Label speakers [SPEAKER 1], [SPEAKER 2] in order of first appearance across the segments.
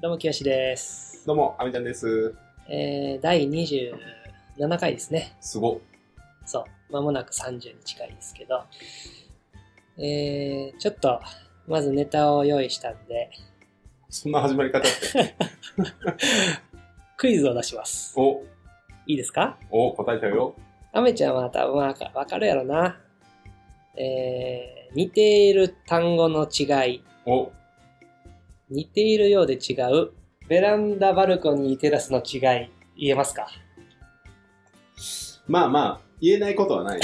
[SPEAKER 1] どうも、きよしです。
[SPEAKER 2] どうも、あみちゃんです。
[SPEAKER 1] えー、第27回ですね。
[SPEAKER 2] すごっ。
[SPEAKER 1] そう。まもなく30に近いですけど。えー、ちょっと、まずネタを用意したんで、
[SPEAKER 2] そんな始まり方って。
[SPEAKER 1] クイズを出します。
[SPEAKER 2] お、
[SPEAKER 1] いいですか
[SPEAKER 2] お、答えちゃうよ。
[SPEAKER 1] アメちゃんは多分わかわかるやろな。えー、似ている単語の違い、
[SPEAKER 2] お、
[SPEAKER 1] 似ているようで違う、ベランダ、バルコニー、テラスの違い、言えますか
[SPEAKER 2] まあまあ、言えないことはない。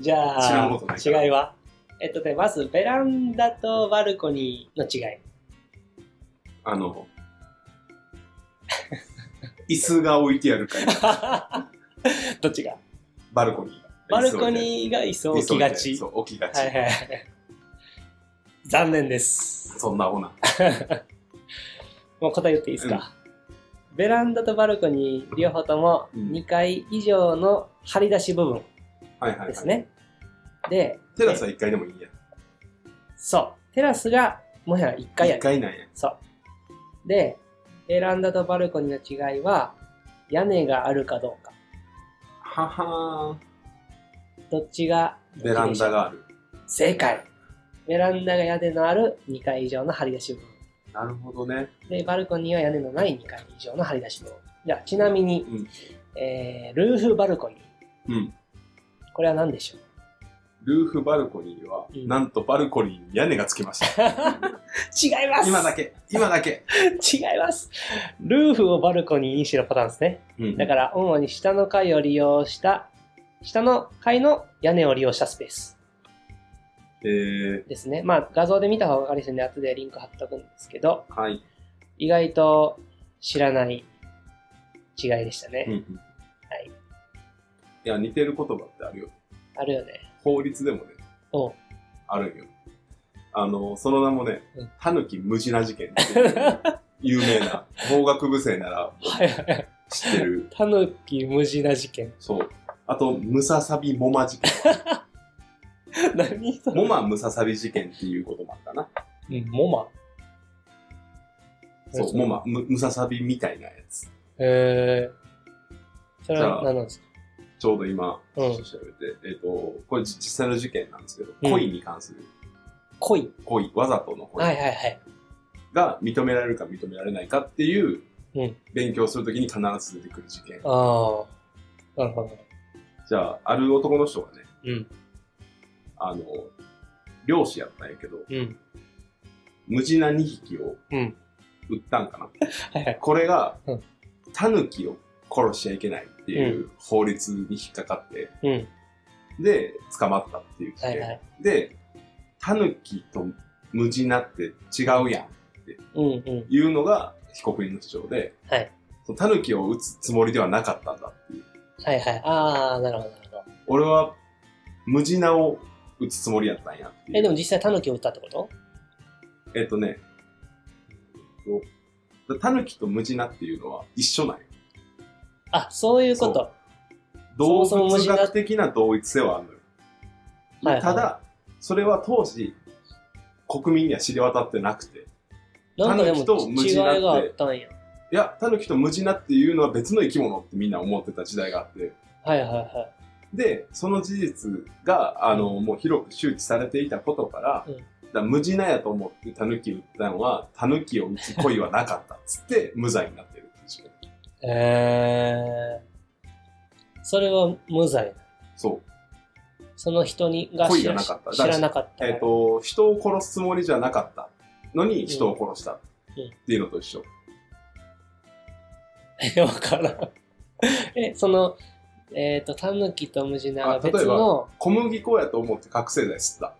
[SPEAKER 1] じゃあ、
[SPEAKER 2] 知らんことないから
[SPEAKER 1] 違いはえっとね、まず、ベランダとバルコニーの違い。
[SPEAKER 2] あの、 椅子が置いてあるから、
[SPEAKER 1] どっちが
[SPEAKER 2] バルコニーが。
[SPEAKER 1] バルコニーが椅子を置きがち。
[SPEAKER 2] そう、置きがち。
[SPEAKER 1] はいはいはい。残念です。
[SPEAKER 2] そんなオナ。
[SPEAKER 1] もう答え言っていいですか、ベランダとバルコニー、両方とも
[SPEAKER 2] うん
[SPEAKER 1] 2階以上の張り出し部分
[SPEAKER 2] はいはい、はい。
[SPEAKER 1] です。ね。で、
[SPEAKER 2] テラスは一階でもいいや。
[SPEAKER 1] そう。テラスが、もはや1階や
[SPEAKER 2] 一
[SPEAKER 1] ね
[SPEAKER 2] 階なんや。
[SPEAKER 1] そう。で、ベランダとバルコニーの違いは、屋根があるかどうか。
[SPEAKER 2] はは
[SPEAKER 1] どっちが
[SPEAKER 2] ーん。ベランダがある。
[SPEAKER 1] 正解。ベランダが屋根のある2階以上の張り出し部分。
[SPEAKER 2] なるほどね。
[SPEAKER 1] で、バルコニーは屋根のない2階以上の張り出し部分。じゃあ、ちなみに、
[SPEAKER 2] うん
[SPEAKER 1] えー、ルーフバルコニー。
[SPEAKER 2] うん。
[SPEAKER 1] これは何でしょ
[SPEAKER 2] ルーフバルコニーは、
[SPEAKER 1] うん
[SPEAKER 2] なんとバルコニーに屋根がつきました。
[SPEAKER 1] う 違います
[SPEAKER 2] 今だけ。今だけ。
[SPEAKER 1] 違いますルーフをバルコニーにしろパターンですね。
[SPEAKER 2] うん
[SPEAKER 1] だから、主に下の階を利用した、下の階の屋根を利用したスペース。
[SPEAKER 2] えー、
[SPEAKER 1] ですね。まあ、画像で見た方が分かりやすいんで、後でリンク貼っとくんですけど、
[SPEAKER 2] はい。
[SPEAKER 1] 意外と知らない違いでしたね。
[SPEAKER 2] うんうん。
[SPEAKER 1] はい。
[SPEAKER 2] いや、似てる言葉ってあるよ。
[SPEAKER 1] あるよね。
[SPEAKER 2] 法律でもね、
[SPEAKER 1] おう
[SPEAKER 2] あるんよ。あの、その名もね
[SPEAKER 1] うん、
[SPEAKER 2] タヌキ無地な事件って いう有名な、法学部生なら
[SPEAKER 1] はいはいはい。
[SPEAKER 2] 知ってる。
[SPEAKER 1] タヌキ無地な事件。
[SPEAKER 2] そう。あと、ムササビモマ事件。
[SPEAKER 1] 何それ
[SPEAKER 2] モマムササビ事件っていうこともあったな。
[SPEAKER 1] うん、モマ。
[SPEAKER 2] そう、モ。マ、ムムササビみたいなやつ。
[SPEAKER 1] えー。それ
[SPEAKER 2] じゃ
[SPEAKER 1] は
[SPEAKER 2] あ
[SPEAKER 1] 何なんですか
[SPEAKER 2] ちょうど今、ち
[SPEAKER 1] う
[SPEAKER 2] ょ
[SPEAKER 1] ん
[SPEAKER 2] っと調べて、えっと、これじ実際の事件なんですけど、
[SPEAKER 1] うん
[SPEAKER 2] 恋に関する、
[SPEAKER 1] 恋。
[SPEAKER 2] 恋、わざとの
[SPEAKER 1] はい
[SPEAKER 2] 恋
[SPEAKER 1] はいはい。
[SPEAKER 2] が認められるか認められないかっていう
[SPEAKER 1] うん、
[SPEAKER 2] 勉強するときに必ず出てくる事件。
[SPEAKER 1] ああ。なるほど。
[SPEAKER 2] じゃあ、ある男の人がね、
[SPEAKER 1] うん。
[SPEAKER 2] あの、漁師やったんやけど、
[SPEAKER 1] うん。
[SPEAKER 2] 無地な2匹を
[SPEAKER 1] うん。
[SPEAKER 2] 売ったんかな。
[SPEAKER 1] はいはい。
[SPEAKER 2] これが
[SPEAKER 1] うん、
[SPEAKER 2] タヌキを殺しちゃいけないっていう法律に引っかかって、
[SPEAKER 1] うん。
[SPEAKER 2] で、捕まったっていう事件。
[SPEAKER 1] はいはい。
[SPEAKER 2] で、タヌキと無地なって違うやんっ
[SPEAKER 1] うんうん。
[SPEAKER 2] ていうのが被告人の主張で、
[SPEAKER 1] はい。
[SPEAKER 2] そのタヌキを撃つつもりではなかったんだっていう。
[SPEAKER 1] はいはい。ああ、なるほどなるほど。
[SPEAKER 2] 俺は無地なを撃つつもりやったんやっていう。
[SPEAKER 1] え、でも実際タヌキを撃ったってこと
[SPEAKER 2] えっとね、タヌキとムジナっていうのは一緒なんよ。
[SPEAKER 1] あ、そういうこ
[SPEAKER 2] そ
[SPEAKER 1] と。
[SPEAKER 2] 動
[SPEAKER 1] そもそもム
[SPEAKER 2] 物
[SPEAKER 1] ジナ
[SPEAKER 2] 学的な同一性はあるのよ。
[SPEAKER 1] はいはい
[SPEAKER 2] ただ、それは当時、国民には知り渡ってなくて、い
[SPEAKER 1] なんかでも
[SPEAKER 2] 狸とム
[SPEAKER 1] 違い
[SPEAKER 2] ジナって
[SPEAKER 1] があったんや。
[SPEAKER 2] や、タヌキとムジナっていうのは別の生き物ってみんな思ってた時代があって、
[SPEAKER 1] はいはいは
[SPEAKER 2] で、その事実が、あの、もう広く周知されていたことから、
[SPEAKER 1] うん
[SPEAKER 2] だから無地なやと思ってタヌキを撃ったのは、タヌキを撃つ恋はなかったっつって、無罪になってるっていう事件
[SPEAKER 1] い。えー、それは無罪な。
[SPEAKER 2] そう。
[SPEAKER 1] その人にが知ら
[SPEAKER 2] 故意がなかった
[SPEAKER 1] 知らなかった。
[SPEAKER 2] えっ、と、人を殺すつもりじゃなかったのに人を殺したっていうのと一緒。
[SPEAKER 1] え、 わからん。え、その、えっ、と、タヌキとムジナが
[SPEAKER 2] あ例えば
[SPEAKER 1] 別の、
[SPEAKER 2] 小麦粉やと思って覚醒剤吸った。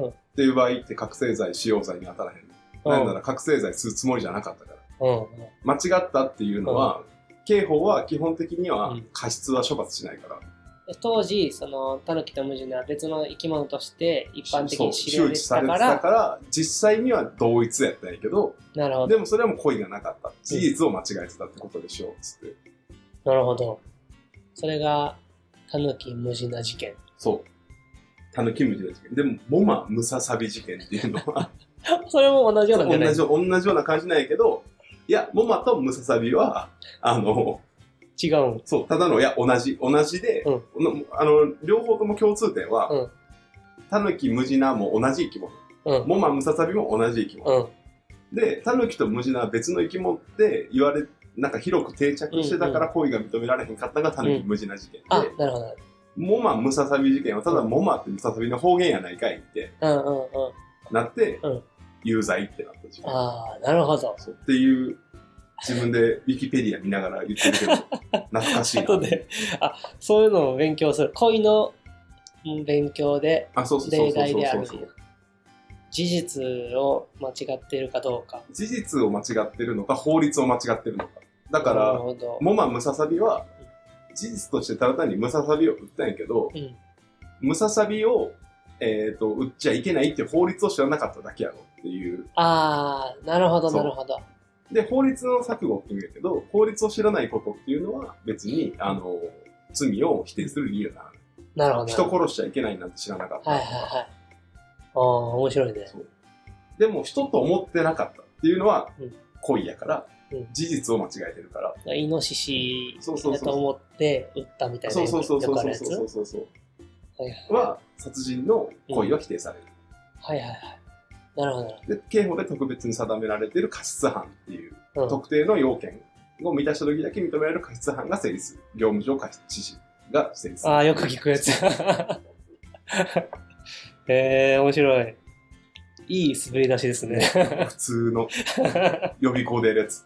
[SPEAKER 1] うん
[SPEAKER 2] っていう場合って覚醒剤使用罪に当たらへん。
[SPEAKER 1] うん、
[SPEAKER 2] なんなら覚醒剤吸うつもりじゃなかったから。
[SPEAKER 1] うん、
[SPEAKER 2] 間違ったっていうのは、刑法は基本的に
[SPEAKER 1] う
[SPEAKER 2] は
[SPEAKER 1] ん
[SPEAKER 2] 過失は処罰しないから、
[SPEAKER 1] で当時、その、タヌキとムジナは別の生き物として一般的
[SPEAKER 2] そう
[SPEAKER 1] に知ら
[SPEAKER 2] 周
[SPEAKER 1] れ
[SPEAKER 2] 知
[SPEAKER 1] て
[SPEAKER 2] さ
[SPEAKER 1] た
[SPEAKER 2] れて
[SPEAKER 1] か
[SPEAKER 2] た
[SPEAKER 1] ら、
[SPEAKER 2] から、実際には同一やったんやけど、
[SPEAKER 1] なるほど。
[SPEAKER 2] でもそれはもう故意がなかった。事実を間違えてたってことでしょう、つって。
[SPEAKER 1] なるほど。それが、タヌキムジナ事件。
[SPEAKER 2] そう。タヌキムジの事件。でも、モマムササビ事件っていうのは、
[SPEAKER 1] それも同じようなんじ
[SPEAKER 2] 同
[SPEAKER 1] ゃ
[SPEAKER 2] じ
[SPEAKER 1] ない
[SPEAKER 2] 同じような感じなんやけどいやモマとムササビはあの
[SPEAKER 1] 違うん。
[SPEAKER 2] そうただのいや同じ同じで、のあの両方とも共通点は、
[SPEAKER 1] うん
[SPEAKER 2] タヌキムジナも同じ生き物
[SPEAKER 1] うん。
[SPEAKER 2] モマムササビも同じ生き
[SPEAKER 1] う
[SPEAKER 2] 物、
[SPEAKER 1] ん。
[SPEAKER 2] でタヌキとムジナは別の生き物って言われなんか広く定着してたから行為が認められへんかったのがタヌキムジナ事件で、
[SPEAKER 1] あ、なるほどなる
[SPEAKER 2] モマムササビ事件はただモマってムササビの方言やないかいって
[SPEAKER 1] ほど。うんうんうん。
[SPEAKER 2] なって、
[SPEAKER 1] うん
[SPEAKER 2] 有罪ってなった事件
[SPEAKER 1] ああ、なるほど。
[SPEAKER 2] そうっていう自分でウィキペディア見ながら言ってるけ ど懐かしいな
[SPEAKER 1] 後で、 あ、そういうのを勉強する。恋のうん勉強で
[SPEAKER 2] あそうそうそう
[SPEAKER 1] 例
[SPEAKER 2] そう
[SPEAKER 1] 外であ
[SPEAKER 2] そ
[SPEAKER 1] る
[SPEAKER 2] うそう
[SPEAKER 1] 事実を間違っているかどうか。
[SPEAKER 2] 事実を間違ってるのか法律を間違ってるのかだか
[SPEAKER 1] なる
[SPEAKER 2] ら
[SPEAKER 1] ほど。
[SPEAKER 2] モマムササビは事実としてただ単にムササビを打ったんやけど、
[SPEAKER 1] うん。
[SPEAKER 2] ムササビを、えー、と売っちゃいけないっていう法律を知らなかっただけやろっていう。
[SPEAKER 1] ああ、なるほど、
[SPEAKER 2] そう
[SPEAKER 1] なるほど。
[SPEAKER 2] で、法律の錯誤って言うんやけど、法律を知らないことっていうのは別に、あの、罪を否定する理由ならない。
[SPEAKER 1] なるほど。
[SPEAKER 2] 人殺しちゃいけないなんて知らなかった。
[SPEAKER 1] はいはいはい。ああ、面白いね。
[SPEAKER 2] そうでも人と思ってなかったっていうのは
[SPEAKER 1] うん
[SPEAKER 2] 恋やから、
[SPEAKER 1] うん
[SPEAKER 2] 事実を間違えてるから。
[SPEAKER 1] イノシシ
[SPEAKER 2] そうそう
[SPEAKER 1] だ
[SPEAKER 2] そう
[SPEAKER 1] と思って撃ったみたいな。
[SPEAKER 2] そうそうそうそ
[SPEAKER 1] よ
[SPEAKER 2] う
[SPEAKER 1] くある
[SPEAKER 2] そう
[SPEAKER 1] やつ
[SPEAKER 2] そうそうそう。
[SPEAKER 1] はいはい
[SPEAKER 2] は、殺人の恋は否定される。
[SPEAKER 1] はいはいはい。なるほどなる
[SPEAKER 2] で、刑法で特別に定められている過失犯っていう。
[SPEAKER 1] ほど。
[SPEAKER 2] 特定の要件を満たした時だけ認められる過失犯が成立する。業務上過失致死が成立す
[SPEAKER 1] うん、
[SPEAKER 2] る。
[SPEAKER 1] ああ、よく聞くやつ。 えー、面白い。いい滑り出しですね。
[SPEAKER 2] 普通の予備校でやるやつ。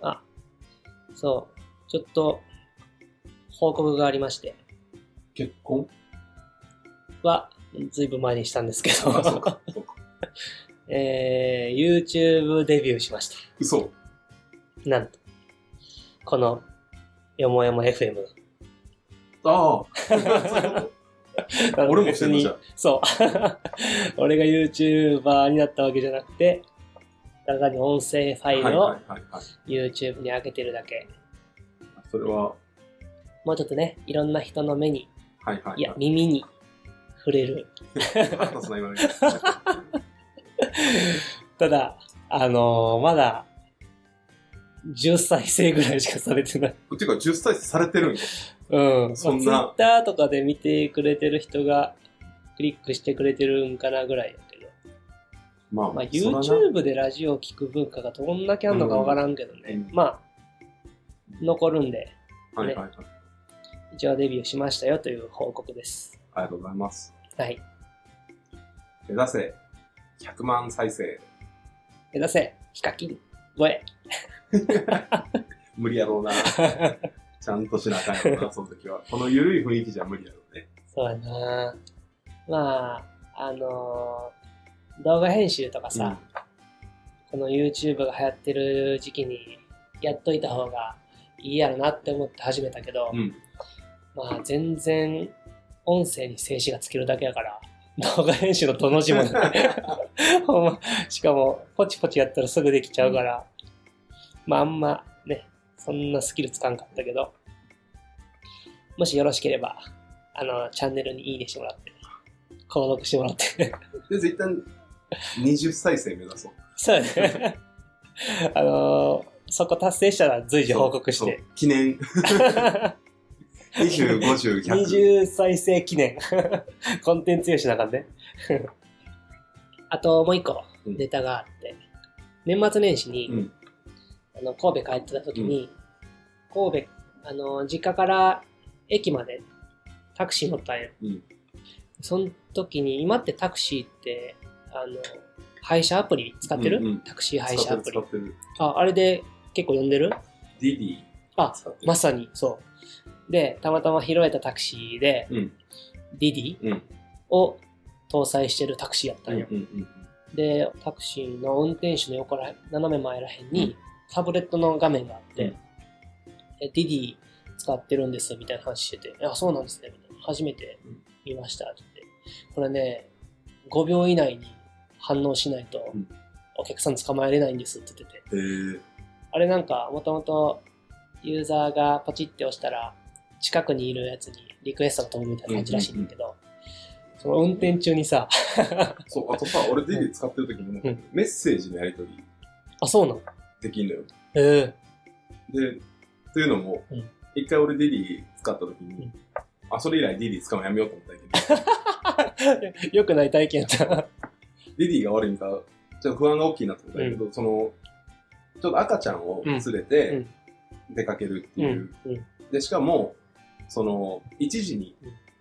[SPEAKER 1] あ、そう。ちょっと、報告がありまして。
[SPEAKER 2] 結婚
[SPEAKER 1] は、ずいぶん前にしたんですけ
[SPEAKER 2] あ、そう
[SPEAKER 1] ど、
[SPEAKER 2] か。そうか
[SPEAKER 1] えー、YouTube デビューしました。
[SPEAKER 2] 嘘。
[SPEAKER 1] なんと。この、よもやも FM。
[SPEAKER 2] あ あ。俺もしてんのじゃあ
[SPEAKER 1] 別にそう。 俺が YouTuber になったわけじゃなくて、ただ単に音声フ
[SPEAKER 2] は
[SPEAKER 1] ァイ
[SPEAKER 2] いはい
[SPEAKER 1] ルを
[SPEAKER 2] はいはい。
[SPEAKER 1] YouTube に上げてるだけ。
[SPEAKER 2] それは、
[SPEAKER 1] もうちょっとね、いろんな人の目に、
[SPEAKER 2] はいはいはい。
[SPEAKER 1] いや、耳に触れる。
[SPEAKER 2] 腹立つな、今の言い方
[SPEAKER 1] ただ、あのーまだ、10再生ぐらいしかされて ない。
[SPEAKER 2] っていうか、10歳されてるんや。
[SPEAKER 1] うん。
[SPEAKER 2] そんな
[SPEAKER 1] まあ Twitter、とかで見てくれてる人が、クリックしてくれてるんかなぐらいだけど。
[SPEAKER 2] まあ、
[SPEAKER 1] まあ、
[SPEAKER 2] そらな
[SPEAKER 1] YouTube でラジオを聞く文化がどんだけあるのかわからんけどね、
[SPEAKER 2] うん
[SPEAKER 1] まあ残るんで
[SPEAKER 2] はいはいはい。
[SPEAKER 1] 一応デビューしましたよという報告です
[SPEAKER 2] ありがとうございます。
[SPEAKER 1] はい
[SPEAKER 2] 目指せ、100万再生。
[SPEAKER 1] 目指せヒカキン超え
[SPEAKER 2] 無理やろ うな。ちゃんとしなあかんやろうな、その時は。この緩い雰囲気じゃ無理やろうね。
[SPEAKER 1] そうやなまああのー動画編集とかさ、この YouTube が流行ってる時期にやっといた方がいいやろなって思って始めたけど、
[SPEAKER 2] うん。うん。
[SPEAKER 1] まあ全然音声に静止がつけるだけやから動画編集のどの字もねほんましかもポチポチやったらすぐできちゃうから、まああんまねそんなスキルつかんかったけどもしよろしければあのチャンネルにいいねしてもらって購読してもらって
[SPEAKER 2] で、絶対20再生目指そう。
[SPEAKER 1] そうやねあのそこ達成したら随時報告し
[SPEAKER 2] そう
[SPEAKER 1] て。
[SPEAKER 2] 記念。20、50、100。
[SPEAKER 1] 20再生記 念コンテンツ用しなあかんねあともう一個
[SPEAKER 2] うん
[SPEAKER 1] ネタがあって、年末年始に、
[SPEAKER 2] うん
[SPEAKER 1] あの神戸帰ってた時に、神戸あの実家から駅までタクシー乗ったんよ
[SPEAKER 2] うん。
[SPEAKER 1] その時に今ってタクシーってあの配車アプリ使ってる、
[SPEAKER 2] うんうん
[SPEAKER 1] タクシー配
[SPEAKER 2] 使
[SPEAKER 1] 車
[SPEAKER 2] っ
[SPEAKER 1] ア
[SPEAKER 2] てる、
[SPEAKER 1] プ
[SPEAKER 2] 使
[SPEAKER 1] リ
[SPEAKER 2] ってる。
[SPEAKER 1] ああれで結構呼んでる
[SPEAKER 2] ディディ。
[SPEAKER 1] あ
[SPEAKER 2] 使ってる
[SPEAKER 1] まさにそうでたまたま拾えたタクシーで
[SPEAKER 2] うん。
[SPEAKER 1] ディディ
[SPEAKER 2] うん。
[SPEAKER 1] を搭載してるタクシーやった
[SPEAKER 2] うんん。
[SPEAKER 1] よ、
[SPEAKER 2] うん。
[SPEAKER 1] でタクシーの運転手の横ら斜め前らへんにタブレットの画面があって、
[SPEAKER 2] うん
[SPEAKER 1] でディディ使ってるんですみたいな話してて「あそうなんですね」みたいな「初めて見ました」って言ってこれね5秒以内に反応しないと
[SPEAKER 2] うん
[SPEAKER 1] お客さん捕まえれないんですって言ってて
[SPEAKER 2] えー、
[SPEAKER 1] あれなんかもともとユーザーがポチって押したら近くにいるやつにリクエストが飛ぶみたいな感じらしいんだけど、その運転中にさ、
[SPEAKER 2] そう、あとさ、俺ディディ使ってる時も
[SPEAKER 1] うん、
[SPEAKER 2] メッセージのやり取り
[SPEAKER 1] あ、そうなの
[SPEAKER 2] できんのよ。
[SPEAKER 1] え
[SPEAKER 2] で、というのも
[SPEAKER 1] うん、
[SPEAKER 2] 一回俺ディディ使った時
[SPEAKER 1] う
[SPEAKER 2] に
[SPEAKER 1] ん、
[SPEAKER 2] あ、それ以来ディディ使うのやめようと思ったんやけ
[SPEAKER 1] えよくない体験だ。
[SPEAKER 2] ど、ディディが悪いんか、ちょっと不安が大きいなと思ったんやけど、その、ちょっと赤ちゃんを連れて出かけるって
[SPEAKER 1] うん
[SPEAKER 2] いう。
[SPEAKER 1] うん。
[SPEAKER 2] で、しかも、その、1時に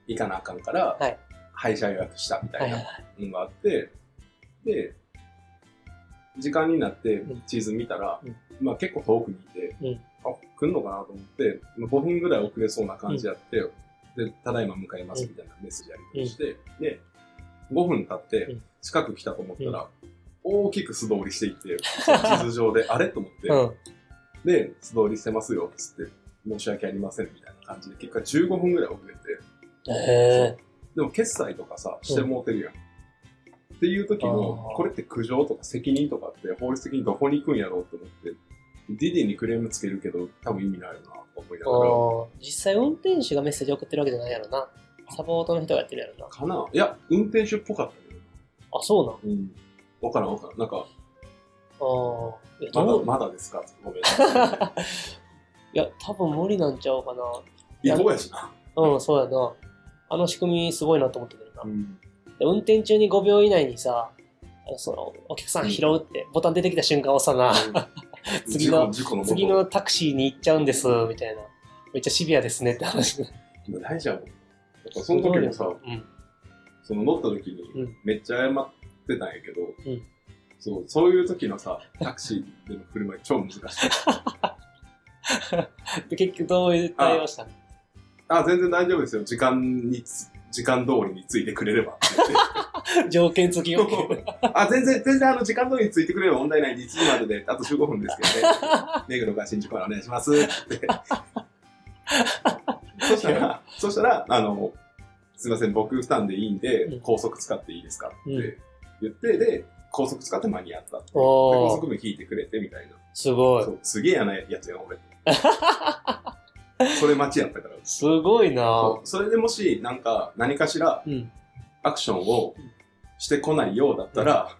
[SPEAKER 2] 行かなあかんから、
[SPEAKER 1] はい
[SPEAKER 2] 配車予約したみた
[SPEAKER 1] はいいは。
[SPEAKER 2] ないのがあって、で、時間になって
[SPEAKER 1] うん
[SPEAKER 2] 地図見たら、
[SPEAKER 1] うん
[SPEAKER 2] まあ結構遠くにいて、
[SPEAKER 1] うん
[SPEAKER 2] あ、来んのかなと思って、まあ5分ぐらい遅れそうな感じやって、で、ただいま向かいますみたいなメッセージやり取りして、で、5分経っ
[SPEAKER 1] う
[SPEAKER 2] て
[SPEAKER 1] ん、
[SPEAKER 2] 近く来たと思ったら、大きく素通りしてい って、その地図上で、あれと思って、
[SPEAKER 1] うん。
[SPEAKER 2] で、素通りしてますよ、つって、申し訳ありません、みたいな感じで、結果15分ぐらい遅れて、
[SPEAKER 1] え
[SPEAKER 2] でも決済とかさ、してもうてるやん。っていう時の
[SPEAKER 1] あ、ー
[SPEAKER 2] これって苦情とか責任とかって法律的にどこに行くんやろうと思って、ディディにクレームつけるけど、多分意味ないよな、と思いな
[SPEAKER 1] ー、
[SPEAKER 2] が
[SPEAKER 1] ああ実際運転手がメッセージ送ってるわけじゃないやろな。サポートの人がやってるやろな。
[SPEAKER 2] ら、かな、いや、運転手っぽかったけ
[SPEAKER 1] あ、そうなの
[SPEAKER 2] ど、うん。わからんわからん。なんか、
[SPEAKER 1] ああ。いや、
[SPEAKER 2] ま
[SPEAKER 1] ど
[SPEAKER 2] だ、
[SPEAKER 1] う
[SPEAKER 2] まだですかごめん。違
[SPEAKER 1] いや、多分無理なんちゃうかな。
[SPEAKER 2] 法やしな。
[SPEAKER 1] うん、そうやな。あの仕組みすごいなと思ってるな。
[SPEAKER 2] ん。
[SPEAKER 1] で運転中に5秒以内にさ、あのそのお客さん拾うって、ボタン出てきた瞬間をさな、次の
[SPEAKER 2] 事故、事故の
[SPEAKER 1] 次
[SPEAKER 2] も
[SPEAKER 1] のタクシーに行っちゃうんです、みたいな。めっちゃシビアですねって話。
[SPEAKER 2] と。大事やもん。やっぱその時もさ、
[SPEAKER 1] うん。
[SPEAKER 2] その乗った時
[SPEAKER 1] う
[SPEAKER 2] に
[SPEAKER 1] ん
[SPEAKER 2] めっちゃ謝ってたんやけど、
[SPEAKER 1] うん
[SPEAKER 2] そうそういう時のさタクシーでの振る舞い超難しい
[SPEAKER 1] で、結局どういう対応したの
[SPEAKER 2] あ全然大丈夫ですよ時間につ時間通りについてくれ ればって言って
[SPEAKER 1] 条件付き OK。
[SPEAKER 2] あ全然全然あの時間通りについてくれれば問題ない日時までであと15分ですけど ね目黒から新宿からお願いしますってそしたらそしたらあのすいません僕負担でいいんで、
[SPEAKER 1] うん
[SPEAKER 2] 高速使っていいですかって
[SPEAKER 1] うん
[SPEAKER 2] 言って、で高速使って間に合ったって 高
[SPEAKER 1] お
[SPEAKER 2] 速
[SPEAKER 1] ー、
[SPEAKER 2] 分引いてくれてみたいな
[SPEAKER 1] すごい
[SPEAKER 2] そ。うすげえやなやつやん、 俺。それ待ちやったから。
[SPEAKER 1] すごいな
[SPEAKER 2] そうそれでもし、なんか、何かしら
[SPEAKER 1] うん。
[SPEAKER 2] アクションをしてこないようだったら、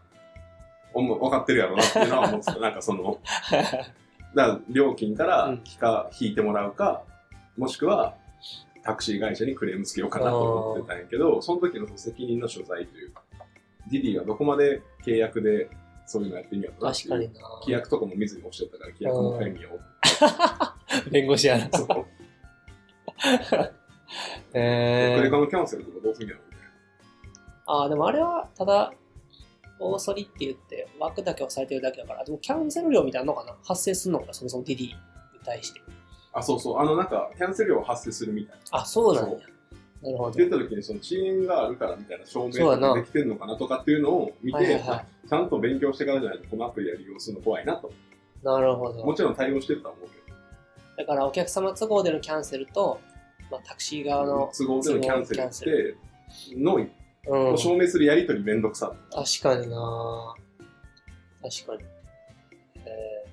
[SPEAKER 2] おも分かってるやろなっていうのは 思ってた。なんかその、だから料金から
[SPEAKER 1] うん
[SPEAKER 2] 引か、引いてもらうか、もしくは、タクシー会社にクレームつけようかなと思ってたんやけど、その時のその責任の所在というか、ディディがどこまで契約でそういうのやってみようかなってい
[SPEAKER 1] 確か
[SPEAKER 2] う
[SPEAKER 1] にな
[SPEAKER 2] 規約とかも見ずに押しちゃったから、規約も変えみよ う。
[SPEAKER 1] 弁護士やな。
[SPEAKER 2] そう
[SPEAKER 1] え
[SPEAKER 2] クレ
[SPEAKER 1] ー
[SPEAKER 2] カのキャンセルとかどうすんやろみたいな。
[SPEAKER 1] ああ、でもあれは、ただ、大反りって言って、枠だけ押されてるだけだから、でもキャンセル料みたいなのかな発生するのかなそもそも DD に対して。
[SPEAKER 2] あ、そうそう。あの、なんか、キャンセル料を発生するみたいな。
[SPEAKER 1] あ、そうなんや
[SPEAKER 2] そう。
[SPEAKER 1] なるほど。
[SPEAKER 2] 出た時に、その遅延があるからみたいな証明
[SPEAKER 1] そうや
[SPEAKER 2] とか
[SPEAKER 1] な
[SPEAKER 2] できてんのかなとかっていうのを見て、
[SPEAKER 1] はいはいは
[SPEAKER 2] ちゃんと勉強してからじゃないと、このアプリは利用するの怖いなと。
[SPEAKER 1] い。なるほ
[SPEAKER 2] も
[SPEAKER 1] ど。
[SPEAKER 2] ちろん対応してるとは思うけど、
[SPEAKER 1] だからお客様都合でのキャンセルと、まあ、タクシー側の、
[SPEAKER 2] 都合でのキャンセルって、の、
[SPEAKER 1] うん、確
[SPEAKER 2] 証明するやりとりめんどくさ。
[SPEAKER 1] かにな確かに。え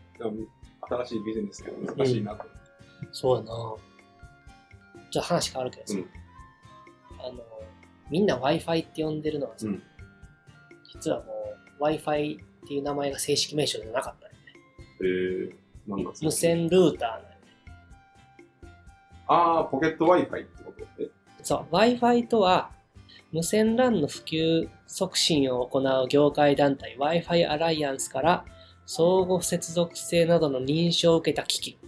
[SPEAKER 2] 新しいビジネスが難しいなと。
[SPEAKER 1] ー、そうやなじゃあ話変わるけどさ、
[SPEAKER 2] うん
[SPEAKER 1] あの、みんな Wi-Fi って呼んでるのはさ、
[SPEAKER 2] うん
[SPEAKER 1] 実はもう Wi-Fi っていう名前が正式名称じゃなかったんよね。
[SPEAKER 2] えー、なんだ
[SPEAKER 1] 無線ルーターなんよね。
[SPEAKER 2] あー、ポケット Wi-Fi ってことえ
[SPEAKER 1] そう Wi-Fi とは無線 LAN の普及促進を行う業界団体 Wi-Fi アライアンスから相互接続性などの認証を受けた機器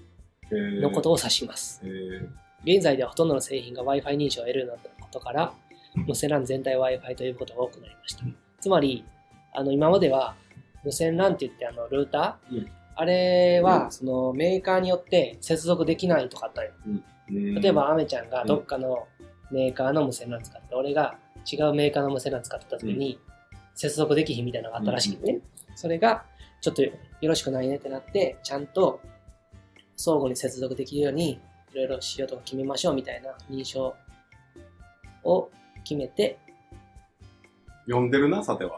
[SPEAKER 2] えー、
[SPEAKER 1] のことを指します。
[SPEAKER 2] えー、
[SPEAKER 1] 現在ではほとんどの製品が Wi-Fi 認証を得るようになったことから無線 LAN 全体を Wi-Fi と呼ぶことが多くなりました。つまりあの今までは無線 LAN って言ってあのルーター、
[SPEAKER 2] うん
[SPEAKER 1] あれ
[SPEAKER 2] う
[SPEAKER 1] は
[SPEAKER 2] ん
[SPEAKER 1] そのメーカーによって接続できないとかあったんよ。
[SPEAKER 2] うん
[SPEAKER 1] 例え、ば、アメちゃんがどっかのメーカーの無線 LAN 使って、俺が違うメーカーの無線 LAN 使ってた時に、接続できひんみたいなのがあったらしくてね、それが、ちょっとよろしくないねってなって、ちゃんと相互に接続できるように、いろいろしようとか決めましょうみたいな認証を決めて、
[SPEAKER 2] 呼んでるな、さては。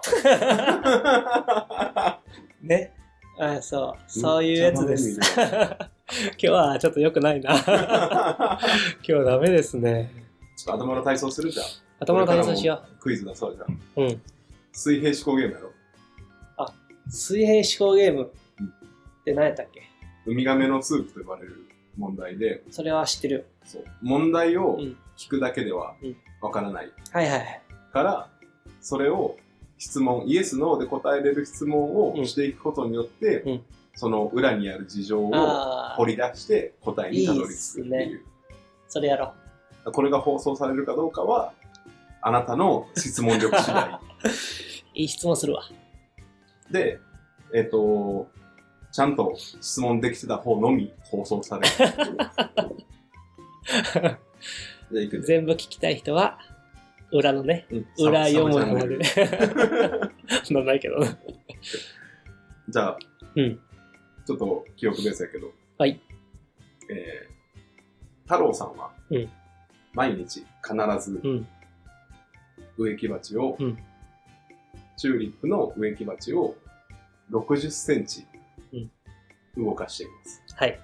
[SPEAKER 1] ね。あそう、 そういうやつ です。 今日は ちょっと良くないな。今日はダメですね。
[SPEAKER 2] ちょっと頭の体操するじゃん。
[SPEAKER 1] 頭の体操しよ
[SPEAKER 2] クイズ出そうじゃん。
[SPEAKER 1] う。うん。
[SPEAKER 2] 水平思考ゲームやろ。
[SPEAKER 1] 水平思考ゲーム
[SPEAKER 2] うん
[SPEAKER 1] って何やったっけ
[SPEAKER 2] ウミガメのスープと呼ばれる問題で、
[SPEAKER 1] それは知ってるよ。
[SPEAKER 2] そう問題を
[SPEAKER 1] うん
[SPEAKER 2] 聞くだけでは
[SPEAKER 1] うん
[SPEAKER 2] わからない
[SPEAKER 1] はいはいはい。
[SPEAKER 2] から、それを質問、イエス、ノーで答えれる質問
[SPEAKER 1] う
[SPEAKER 2] を
[SPEAKER 1] ん
[SPEAKER 2] していくことによって、
[SPEAKER 1] うん
[SPEAKER 2] その裏にある事情を
[SPEAKER 1] あ
[SPEAKER 2] 掘
[SPEAKER 1] あ、
[SPEAKER 2] り出して答えにたどり着くっていう。
[SPEAKER 1] いいそれやろ
[SPEAKER 2] これが放送されるかどうかは、あなたの質問力次第
[SPEAKER 1] う。いい質問するわ。
[SPEAKER 2] で、えっ、と、ちゃんと質問できてた方のみ放送 される。じゃあ行くで。
[SPEAKER 1] 全部聞きたい人は、裏のね、
[SPEAKER 2] うん
[SPEAKER 1] 裏読む
[SPEAKER 2] サブ
[SPEAKER 1] の
[SPEAKER 2] チャンネ
[SPEAKER 1] で
[SPEAKER 2] ル。
[SPEAKER 1] そんなんないけどな。
[SPEAKER 2] じゃあ、
[SPEAKER 1] うん。
[SPEAKER 2] ちょっと記憶ベースやけど。
[SPEAKER 1] はい。
[SPEAKER 2] えー、太郎さんは、
[SPEAKER 1] うん
[SPEAKER 2] 毎日必ず
[SPEAKER 1] うん。
[SPEAKER 2] 植木鉢を、
[SPEAKER 1] うん
[SPEAKER 2] チューリップの植木鉢を60センチ
[SPEAKER 1] うん
[SPEAKER 2] 動かしています。
[SPEAKER 1] はい。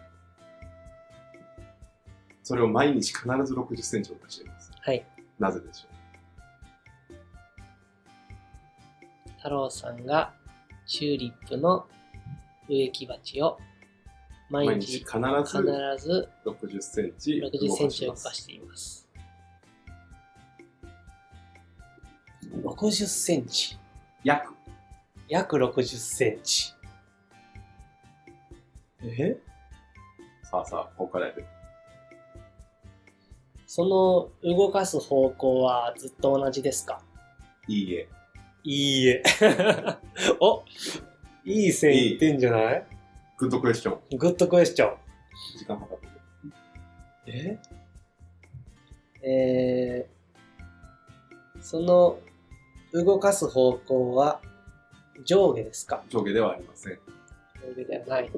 [SPEAKER 2] それを毎日必ず60センチ動かしています。
[SPEAKER 1] はい。
[SPEAKER 2] なぜでしょ
[SPEAKER 1] 太郎さんがチューリップの植木鉢を
[SPEAKER 2] う毎
[SPEAKER 1] 毎
[SPEAKER 2] 日
[SPEAKER 1] 日
[SPEAKER 2] 必ず
[SPEAKER 1] 必ず
[SPEAKER 2] 60センチ動
[SPEAKER 1] 60セン
[SPEAKER 2] かし
[SPEAKER 1] チ
[SPEAKER 2] ま
[SPEAKER 1] 動か
[SPEAKER 2] す。
[SPEAKER 1] しています。60センチ。
[SPEAKER 2] 約。
[SPEAKER 1] 約60センチ。
[SPEAKER 2] えさあさあ、ここからやで。
[SPEAKER 1] その動かす方向はずっと同じですか
[SPEAKER 2] いいえ。
[SPEAKER 1] いいえ。 おいい線
[SPEAKER 2] いって
[SPEAKER 1] んじゃない
[SPEAKER 2] グッドクエスチョン。
[SPEAKER 1] グッドクエスチョン。
[SPEAKER 2] 時間かかってる。
[SPEAKER 1] ええーその動かす方向は上下ですか
[SPEAKER 2] 上下ではありません。
[SPEAKER 1] 上下ではない。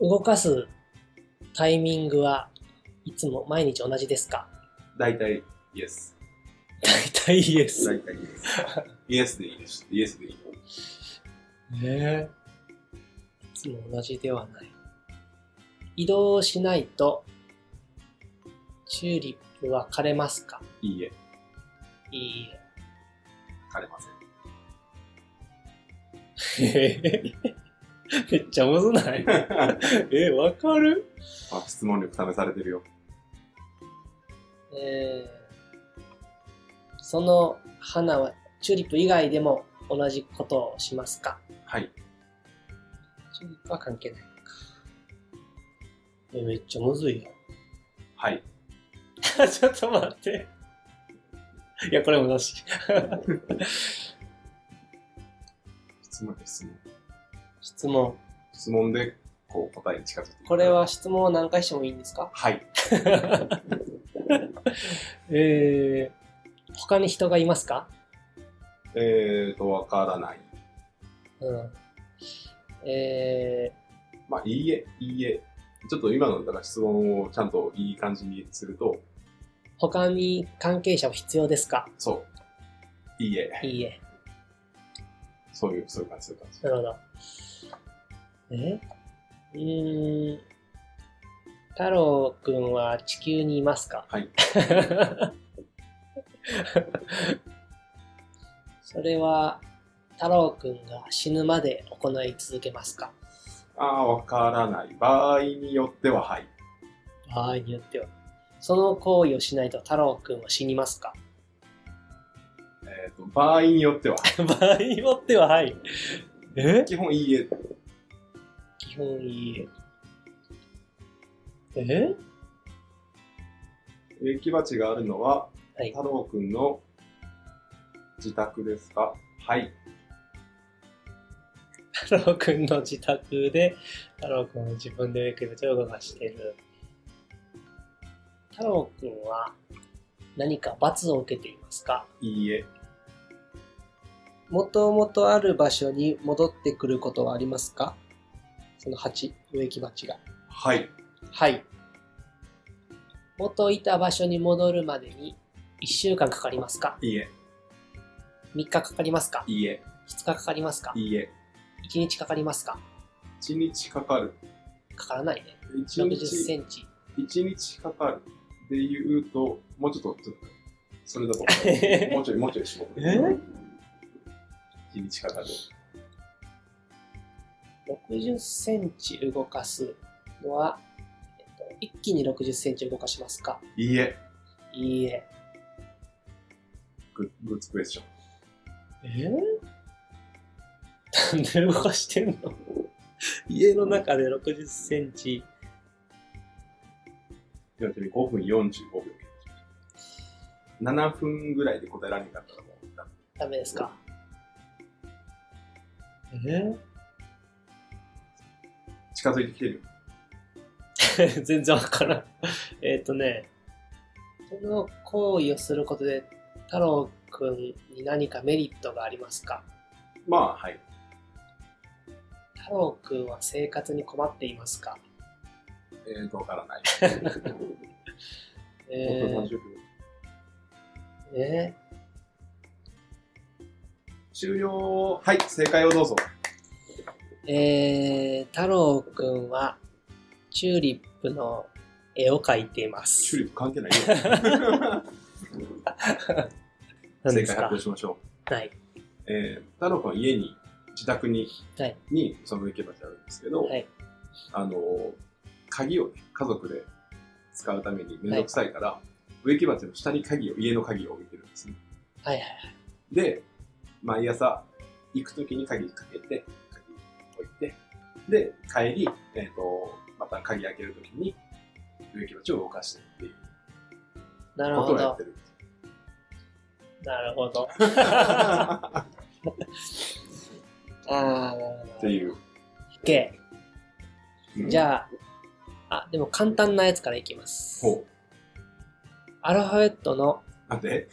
[SPEAKER 1] 動かすタイミングはいつも毎日同じですか
[SPEAKER 2] 大体、イエス。
[SPEAKER 1] 大体イエス。
[SPEAKER 2] 大体イ エス。イエスでいいです。イエスでいい。
[SPEAKER 1] えいつも同じではない。移動しないとチューリップは枯れますか
[SPEAKER 2] いいえ。
[SPEAKER 1] いいえ。
[SPEAKER 2] 枯れません。
[SPEAKER 1] えー めっちゃむずない え、わかる
[SPEAKER 2] あ、質問力試されてるよ。
[SPEAKER 1] えーその花はチューリップ以外でも同じことをしますか
[SPEAKER 2] はい。
[SPEAKER 1] チューリップは関係ないか。え、めっちゃむずいよ。
[SPEAKER 2] はい。
[SPEAKER 1] ちょっと待って。いや、これもなし。
[SPEAKER 2] 質問、質問。
[SPEAKER 1] 質問。
[SPEAKER 2] 質問で、こう、答えに近づいていく
[SPEAKER 1] これは質問を何回してもいいんですか
[SPEAKER 2] はい。
[SPEAKER 1] えー、他に人がいますか
[SPEAKER 2] えーと、わからない。
[SPEAKER 1] うん。えー、
[SPEAKER 2] まあ、いいえ、いいえ。ちょっと今のだから質問をちゃんといい感じにすると、
[SPEAKER 1] 他に関係者は必要ですか
[SPEAKER 2] そう。いいえ。
[SPEAKER 1] いいえ。
[SPEAKER 2] そういう、そういう感じ、そういう感じ。
[SPEAKER 1] なるほど。えうーん。太郎くんは地球にいますか
[SPEAKER 2] はい。
[SPEAKER 1] それは、太郎くんが死ぬまで行い続けますか
[SPEAKER 2] ああ、わからない。場合によっては、はい。
[SPEAKER 1] 場合によっては。その行為をしないと太郎くんは死にますか
[SPEAKER 2] えっ、と、場合によっては、
[SPEAKER 1] 場合によってははい。え
[SPEAKER 2] 基本いいえ。
[SPEAKER 1] 基本いいえ。え
[SPEAKER 2] 植木鉢があるのは、
[SPEAKER 1] はい
[SPEAKER 2] 太郎くんの自宅ですかはい。
[SPEAKER 1] 太郎くんの自宅で太郎くんは自分で植木鉢を動かしている太郎くんは何か罰を受けていますか
[SPEAKER 2] いいえ。
[SPEAKER 1] もともとある場所に戻ってくることはありますかその鉢植木鉢が
[SPEAKER 2] はい。
[SPEAKER 1] はい元いた場所に戻るまでに1週間かかりますか
[SPEAKER 2] いいえ。
[SPEAKER 1] 3日かかりますか
[SPEAKER 2] いいえ。
[SPEAKER 1] 2日かかりますか
[SPEAKER 2] いいえ。
[SPEAKER 1] 1日かかりますか
[SPEAKER 2] 一日かかる。
[SPEAKER 1] かからないね
[SPEAKER 2] 一
[SPEAKER 1] 6 0セ
[SPEAKER 2] 日、
[SPEAKER 1] ンチ
[SPEAKER 2] 一日かかる。で言うと、もうちょっと、ちょっと、それだ と、もうちょい、もうちょい絞って。
[SPEAKER 1] え
[SPEAKER 2] 日にちかかる。
[SPEAKER 1] 60センチ動かすのは、えっと、一気に60センチ動かしますか
[SPEAKER 2] いいえ、
[SPEAKER 1] いいえ。
[SPEAKER 2] グッグッズクエスチョン。
[SPEAKER 1] えなんで動かしてんの 家の中で60センチ。
[SPEAKER 2] では、5分45秒。7分ぐらいで答えられなかったらもうダメ、
[SPEAKER 1] ダメですかえ
[SPEAKER 2] 近づいてきてるよ。
[SPEAKER 1] 全然わからん。えっとね、この行為をすることで、太郎くんに何かメリットがありますか
[SPEAKER 2] まあ、はい。
[SPEAKER 1] 太郎くんは生活に困っていますか
[SPEAKER 2] えーと、わからない。
[SPEAKER 1] え
[SPEAKER 2] 5分
[SPEAKER 1] ー
[SPEAKER 2] 30秒。
[SPEAKER 1] え
[SPEAKER 2] 終了。はい、正解をどうぞ。
[SPEAKER 1] ーえー、太郎くんはチューリップの絵を描いています。
[SPEAKER 2] チューリップ関係ないよ。
[SPEAKER 1] 何で
[SPEAKER 2] 正解
[SPEAKER 1] す
[SPEAKER 2] 発
[SPEAKER 1] か
[SPEAKER 2] 表しましょ
[SPEAKER 1] はい。
[SPEAKER 2] う。えー、太郎くんは家に、自宅に、
[SPEAKER 1] はい
[SPEAKER 2] に、その行けばあるんですけど、
[SPEAKER 1] はい。
[SPEAKER 2] あのー、鍵をね、家族で使うためにめんどくさいから、植木鉢の下に鍵を、家の鍵を置いてるんですね。
[SPEAKER 1] はいはい
[SPEAKER 2] で、毎朝、行くときに鍵かけて、鍵置いて、で、帰り、えっ、と、また鍵開けるときに、植木鉢を動かしてっていう
[SPEAKER 1] なる
[SPEAKER 2] こ
[SPEAKER 1] ほ
[SPEAKER 2] とをやっ
[SPEAKER 1] ど
[SPEAKER 2] て。るんです。
[SPEAKER 1] なるほ ど。あ
[SPEAKER 2] っ
[SPEAKER 1] あ、なるほ
[SPEAKER 2] て
[SPEAKER 1] ど。
[SPEAKER 2] いう。
[SPEAKER 1] OK。
[SPEAKER 2] うん
[SPEAKER 1] じゃあ、あ、でも簡単なやつからいきます。
[SPEAKER 2] ほう。
[SPEAKER 1] アルファベットの、
[SPEAKER 2] なんで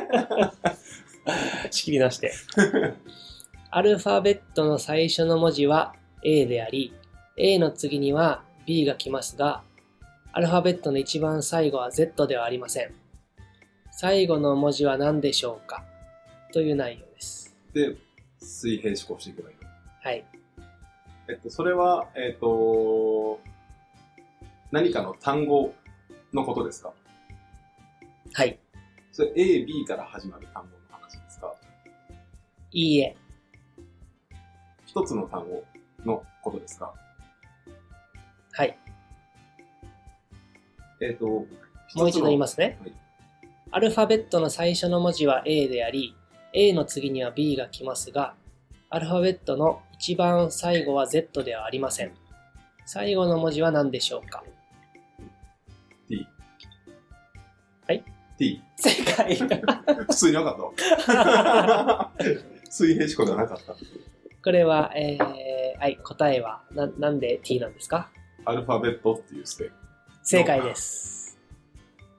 [SPEAKER 1] 仕切りなして。アルファベットの最初の文字は A であり、A の次には B が来ますが、アルファベットの一番最後は Z ではありません。最後の文字は何でしょうかという内容です。
[SPEAKER 2] で、水平思考していけばいいの。
[SPEAKER 1] はい。
[SPEAKER 2] えっと、それは、えっと、何かの単語のことですか
[SPEAKER 1] はい。
[SPEAKER 2] それ A、B から始まる単語の話ですか
[SPEAKER 1] いいえ。
[SPEAKER 2] 一つの単語のことですか
[SPEAKER 1] はい。
[SPEAKER 2] えっと、。
[SPEAKER 1] もう一度言いますすね
[SPEAKER 2] はい。
[SPEAKER 1] アルファベットの最初の文字は A であり、A の次には B が来ますが、アルファベットの一番最後は Z ではありません。最後の文字は何でしょうか
[SPEAKER 2] T。
[SPEAKER 1] はい。
[SPEAKER 2] T。
[SPEAKER 1] 正解
[SPEAKER 2] 普通に分 かった。水平思考じゃなかった。
[SPEAKER 1] これは、えー、はい、答えはな、なんで T なんですか
[SPEAKER 2] アルファベットっていうスペ
[SPEAKER 1] 正解です。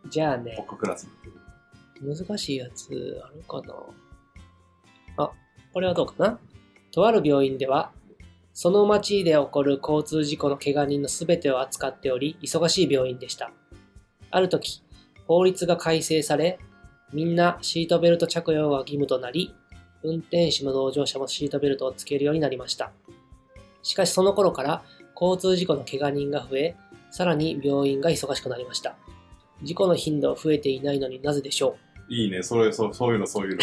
[SPEAKER 1] じゃあね、
[SPEAKER 2] 僕クラスになってる。
[SPEAKER 1] 難しいやつあるかなあ、これはどうかなとある病院では、その町で起こる交通事故の怪我人の全てを扱っており、忙しい病院でした。ある時、法律が改正され、みんなシートベルト着用が義務となり、運転手も同乗者もシートベルトをつけるようになりました。しかしその頃から交通事故の怪我人が増え、さらに病院が忙しくなりました。事故の頻度は増えていないのになぜでしょう
[SPEAKER 2] いいね、それ、そうそういうの、そう いうの。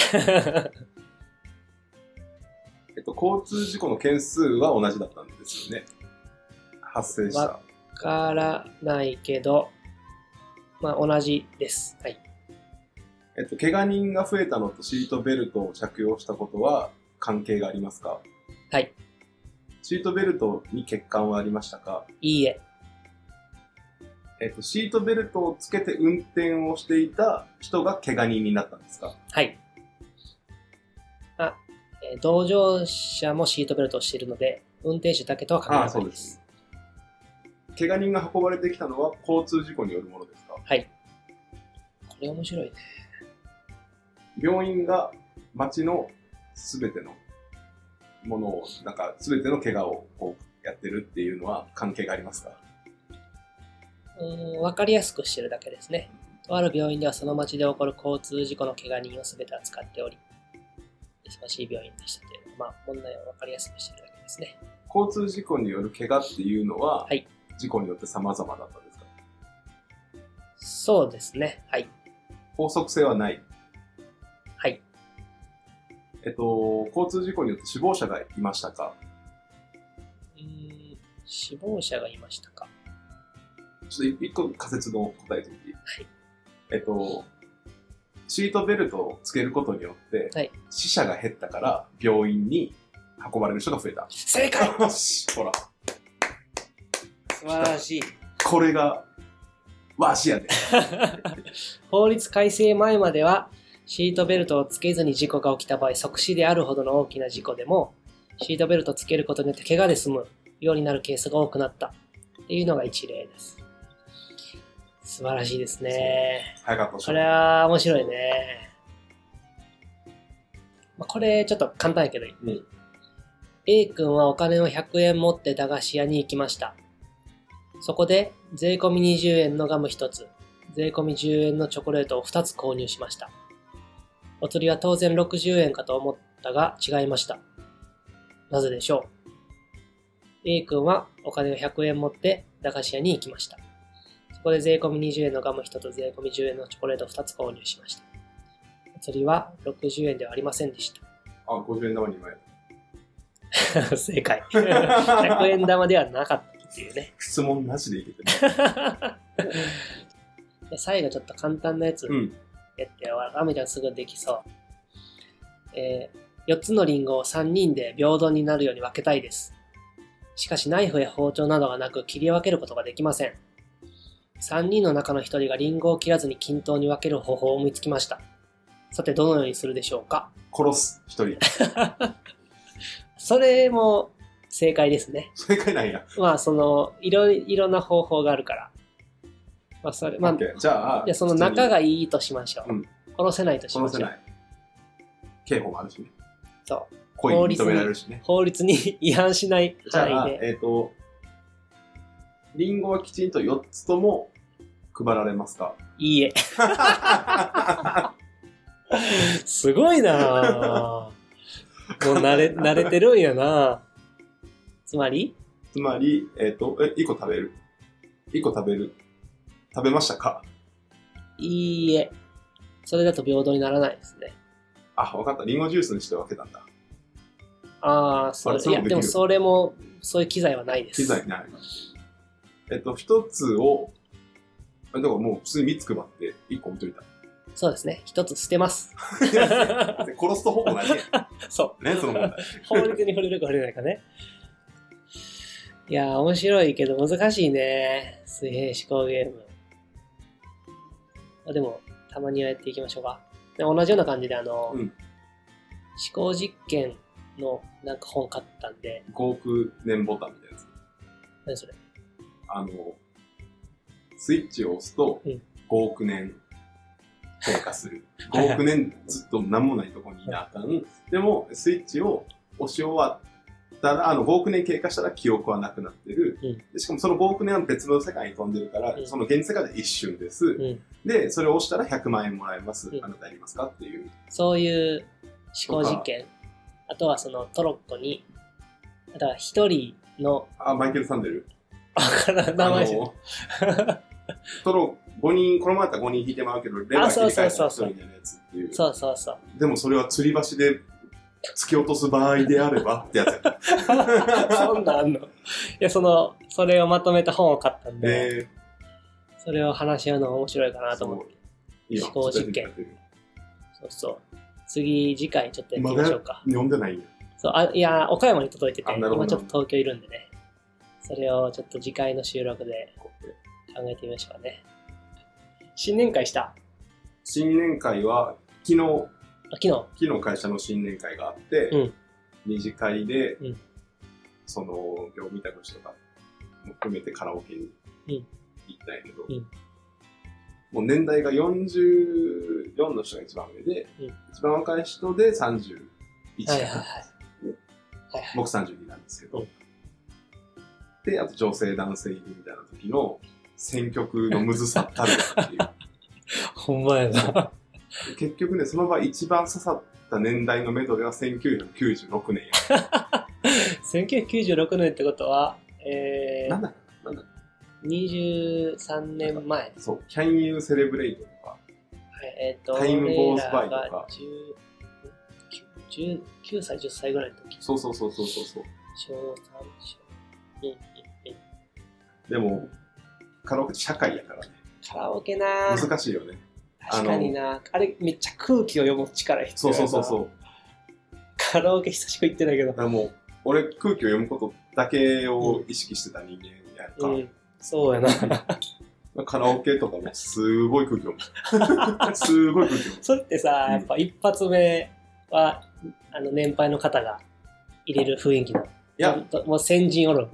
[SPEAKER 2] えっと、交通事故の件数は同じだったんですよね。発生した
[SPEAKER 1] わ。わからないけど、まあ同じです。はい。
[SPEAKER 2] えっと、怪我人が増えたのとシートベルトを着用したことは関係がありますか
[SPEAKER 1] はい。
[SPEAKER 2] シートベルトに欠陥はありましたか
[SPEAKER 1] いいえ。
[SPEAKER 2] えっと、シートベルトをつけて運転をしていた人が怪我人になったんですか
[SPEAKER 1] はい。あ、えー同乗者もシートベルトをしているので、運転手だけとは限ら
[SPEAKER 2] あ
[SPEAKER 1] な
[SPEAKER 2] そ
[SPEAKER 1] いうで
[SPEAKER 2] ですす。怪我人が運ばれてきたのは交通事故によるものですか
[SPEAKER 1] はい。これ面白いね。
[SPEAKER 2] 病院が町のすべてのものを、なんかすべての怪我をこうやってるっていうのは関係がありますか
[SPEAKER 1] うーん、わかりやすくしてるだけですね。とある病院ではその町で起こる交通事故の怪我人を全て扱っており、忙しい病院でしたけれども、まあ問題をわかりやすくしてるだけですね。
[SPEAKER 2] 交通事故による怪我っていうのは、
[SPEAKER 1] はい
[SPEAKER 2] 事故によって様々だったんですか
[SPEAKER 1] そうですね。はい。
[SPEAKER 2] 法則性はない。
[SPEAKER 1] はい。
[SPEAKER 2] えっと、交通事故によって死亡者がいましたか
[SPEAKER 1] うーん死亡者がいましたか。
[SPEAKER 2] ちょっと一個仮説の答えと言っていい
[SPEAKER 1] はい
[SPEAKER 2] えっと、シートベルトをつけることによって、
[SPEAKER 1] はい
[SPEAKER 2] 死者が減ったから病院に運ばれる人が増えた。
[SPEAKER 1] 正解
[SPEAKER 2] よしほら、
[SPEAKER 1] 素晴らしい。
[SPEAKER 2] これが、わしやで。
[SPEAKER 1] 法律改正前まではシートベルトをつけずに事故が起きた場合即死であるほどの大きな事故でもシートベルトをつけることによって怪我で済むようになるケースが多くなったっていうのが一例です素晴らしいですね
[SPEAKER 2] 早かったでし
[SPEAKER 1] こ
[SPEAKER 2] ょ
[SPEAKER 1] れは面白いね、まあ、これちょっと簡単やけど、
[SPEAKER 2] うん
[SPEAKER 1] A 君はお金を100円持って駄菓子屋に行きましたそこで税込み20円のガム1つ税込み10円のチョコレートを2つ購入しましたお釣りは当然60円かと思ったが違いましたなぜでしょう A 君はお金を100円持って駄菓子屋に行きましたそこで税込み20円のガム1つ税込み10円のチョコレート2つ購入しましたお釣りは60円ではありませんでした
[SPEAKER 2] あ、50円玉2枚。
[SPEAKER 1] 正解。100円玉ではなかったっていう ね。
[SPEAKER 2] 質問なしでいけてる。
[SPEAKER 1] で最後ちょっと簡単なやつ
[SPEAKER 2] うん。
[SPEAKER 1] やって、アメちゃんすぐできそう。え4つのリンゴを3人で平等になるように分けたいです。しかしナイフや包丁などがなく切り分けることができません。3人の中の1人がリンゴを切らずに均等に分ける方法を思いつきました。さてどのようにするでしょうか
[SPEAKER 2] 殺す、一人。
[SPEAKER 1] それも正解ですね。
[SPEAKER 2] 正解なんや。
[SPEAKER 1] まあそのいろいろな方法があるから。まあそれ、まあ、
[SPEAKER 2] オッケーじゃあ、
[SPEAKER 1] いやその仲が
[SPEAKER 2] い
[SPEAKER 1] いいとしましょう。
[SPEAKER 2] うん
[SPEAKER 1] 殺せないとしまし
[SPEAKER 2] 殺せ
[SPEAKER 1] ょう
[SPEAKER 2] な。い。刑法もあるしね。
[SPEAKER 1] そう
[SPEAKER 2] 恋に認められるしね。
[SPEAKER 1] 法律に 違反しない
[SPEAKER 2] じゃ
[SPEAKER 1] 範
[SPEAKER 2] あ、
[SPEAKER 1] 囲で。
[SPEAKER 2] えっ、と、リンゴはきちんと4つとも配られますか
[SPEAKER 1] いいえ。すごいなあもう慣れ慣れてるんやなつまり
[SPEAKER 2] つまり、えっ、と、え、1個食べる ?1 個食べる食べましたか
[SPEAKER 1] いいえ。それだと平等にならないですね。
[SPEAKER 2] あ、わかった。リンゴジュースにして分けたんだ。
[SPEAKER 1] ああ、そ
[SPEAKER 2] あ
[SPEAKER 1] れ
[SPEAKER 2] れそ
[SPEAKER 1] いう
[SPEAKER 2] い
[SPEAKER 1] や
[SPEAKER 2] うのできる
[SPEAKER 1] でもそれもそういう機材はないです。
[SPEAKER 2] 機材になります。えっ、と、1つを、あだからもう普通に3つ配って1個置いといた。
[SPEAKER 1] そうですね。一つ捨て ます。
[SPEAKER 2] い や殺すとほぼ同じやん
[SPEAKER 1] そう。
[SPEAKER 2] ね、その問題。
[SPEAKER 1] 法律に触れるか触れないかね。いやー、面白いけど難しいね。水平思考ゲーム。あでも、たまにはやっていきましょうか。で同じような感じで、あの、
[SPEAKER 2] うん
[SPEAKER 1] 思考実験のなんか本買ったんで、
[SPEAKER 2] 5億年ボタンみたいなやつ。
[SPEAKER 1] 何それ
[SPEAKER 2] あの、スイッチを押すと
[SPEAKER 1] うん
[SPEAKER 2] 5億年経過する。5億年ずっと何もないとこにいなあか ん。でも、スイッチを押し終わったら、あの、5億年経過したら記憶はなくなってる。
[SPEAKER 1] うん
[SPEAKER 2] でしかもその5億年は別の世界に飛んでるから、
[SPEAKER 1] うん
[SPEAKER 2] その現実世界で一瞬です。
[SPEAKER 1] うん。
[SPEAKER 2] で、それを押したら100万円もらえます。
[SPEAKER 1] うん
[SPEAKER 2] あなたやりますかっていう。
[SPEAKER 1] そういう思考実験。あとはそのトロッコに、だから一人の、
[SPEAKER 2] あ、マイケル・サンデル。
[SPEAKER 1] わからん名前知らん
[SPEAKER 2] あのトロ、5人、この前だったら5人引いてもらうけど、レバー切り替えたら1人になるやつっていう。
[SPEAKER 1] そうそうそう。
[SPEAKER 2] でもそれは吊り橋で突き落とす場合であればってやつやった。
[SPEAKER 1] そんなんあんのいや、その、それをまとめた本を買った んで、
[SPEAKER 2] え
[SPEAKER 1] それを話し合うのが面白いかな
[SPEAKER 2] ー、
[SPEAKER 1] と思って。
[SPEAKER 2] いいよ
[SPEAKER 1] 思考実験。そうそう。次、次回ちょっとやってみましょうか。
[SPEAKER 2] 読んでないよ。
[SPEAKER 1] そうあいや、岡山に届いてて、
[SPEAKER 2] あなるほど
[SPEAKER 1] 今ちょっと東京いるんでね。それをちょっと次回の収録で考えてみましょうかね。新年会した。あ
[SPEAKER 2] 新年会は、昨日、
[SPEAKER 1] 昨日。
[SPEAKER 2] 昨日会社の新年会があって、
[SPEAKER 1] うん
[SPEAKER 2] 二次会で、
[SPEAKER 1] うん
[SPEAKER 2] その、業務委託士とかも含めてカラオケに行ったんやけど、
[SPEAKER 1] うん
[SPEAKER 2] もう年代が44の人が一番上で、
[SPEAKER 1] うん
[SPEAKER 2] 一番若い人で31かな。
[SPEAKER 1] はいはいはい。はいはい。
[SPEAKER 2] 僕32なんですけど、
[SPEAKER 1] うん
[SPEAKER 2] で、あと女性男性いるみたいな時の選曲のむずさたるやってい
[SPEAKER 1] ほんまや な。
[SPEAKER 2] う。結局ね、その場合一番刺さった年代のメドレーは1996年
[SPEAKER 1] 1996年ってことは、え
[SPEAKER 2] や。
[SPEAKER 1] ー
[SPEAKER 2] なんだなんだ
[SPEAKER 1] 23年前。はい
[SPEAKER 2] そう、Can You Celebrate とか、
[SPEAKER 1] えっ、と、
[SPEAKER 2] タイム
[SPEAKER 1] 俺
[SPEAKER 2] ゴーズ
[SPEAKER 1] ら
[SPEAKER 2] バイとか
[SPEAKER 1] が10 10 19歳、10歳ぐらいの時。
[SPEAKER 2] そうそうそうそうそうそう。
[SPEAKER 1] 小3、小2、うんうん
[SPEAKER 2] でも、カラオケって社会やからね。
[SPEAKER 1] カラオケなぁ
[SPEAKER 2] 難しいよね。
[SPEAKER 1] 確かになあれめっちゃ空気を読む力必
[SPEAKER 2] そ
[SPEAKER 1] 要
[SPEAKER 2] う
[SPEAKER 1] や
[SPEAKER 2] そ
[SPEAKER 1] な
[SPEAKER 2] うそうそう。
[SPEAKER 1] カラオケ久しく行ってないけど
[SPEAKER 2] だからもう、俺空気を読むことだけを意識してた人間やか
[SPEAKER 1] う
[SPEAKER 2] ら、
[SPEAKER 1] んそうやな
[SPEAKER 2] カラオケとかもすごい空気 読む。すごい空気読む。
[SPEAKER 1] それってさ
[SPEAKER 2] うん
[SPEAKER 1] やっぱ一発目はあの年配の方が入れる雰囲気だい
[SPEAKER 2] いや、
[SPEAKER 1] もう先人おる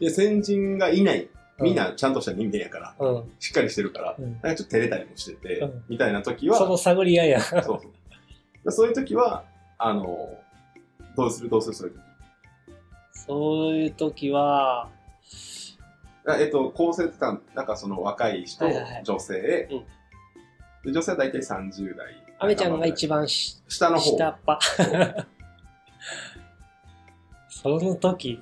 [SPEAKER 2] いや先人がいない。
[SPEAKER 1] うん
[SPEAKER 2] みんなちゃんとした人間やから、
[SPEAKER 1] うん、
[SPEAKER 2] しっかりしてるから、
[SPEAKER 1] うん
[SPEAKER 2] なんかちょっと照れたりもしてて、
[SPEAKER 1] うん
[SPEAKER 2] みたいな時は、
[SPEAKER 1] その探り合いや
[SPEAKER 2] そうそうでそういう時は、あの、どうするどうするそういう時
[SPEAKER 1] そういう時は
[SPEAKER 2] あえっと、構成ってたんなんかその若い人、
[SPEAKER 1] はいはいはい
[SPEAKER 2] 女性、
[SPEAKER 1] うん
[SPEAKER 2] で女性は大体30代。
[SPEAKER 1] アメちゃんが一番し
[SPEAKER 2] 下の方。
[SPEAKER 1] 下っ端その時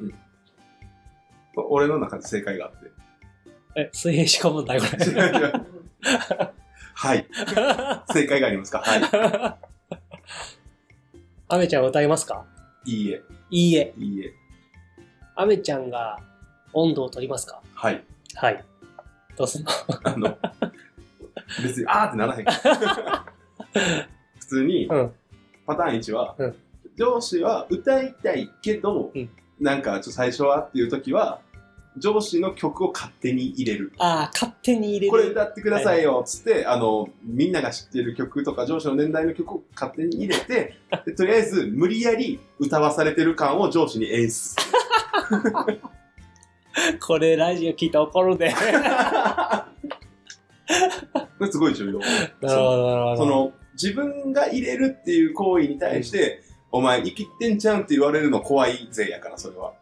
[SPEAKER 2] 俺の中で正解があって。
[SPEAKER 1] え水平仕込むんだこれ
[SPEAKER 2] はい。正解がありますかは
[SPEAKER 1] アメちゃん歌いますか
[SPEAKER 2] い。いいえ。
[SPEAKER 1] いいえ
[SPEAKER 2] いいえ。
[SPEAKER 1] アメちゃんが温度を取りますか
[SPEAKER 2] はい。
[SPEAKER 1] はい。どうすんの
[SPEAKER 2] あの、別に、あーって ならへんから。普通に、
[SPEAKER 1] うん。
[SPEAKER 2] パターン1は、
[SPEAKER 1] うん
[SPEAKER 2] 上司は歌いたいけど、
[SPEAKER 1] うん
[SPEAKER 2] なんかちょっと最初はっていう時は、上司の曲を勝手に入れる。
[SPEAKER 1] ああ、勝手に入れる。
[SPEAKER 2] これ歌ってくださいよっつって、あの、みんなが知ってる曲とか上司の年代の曲を勝手に入れ て、でとりあえず無理やり歌わされてる感を上司に演出する。
[SPEAKER 1] これラジオ聞いたら怒る で。
[SPEAKER 2] これすごい重要。
[SPEAKER 1] なるほど、なるほど。
[SPEAKER 2] そ、の、自分が入れるっていう行為に対して、お前生きてんじゃんって言われるの怖いぜやから、それは。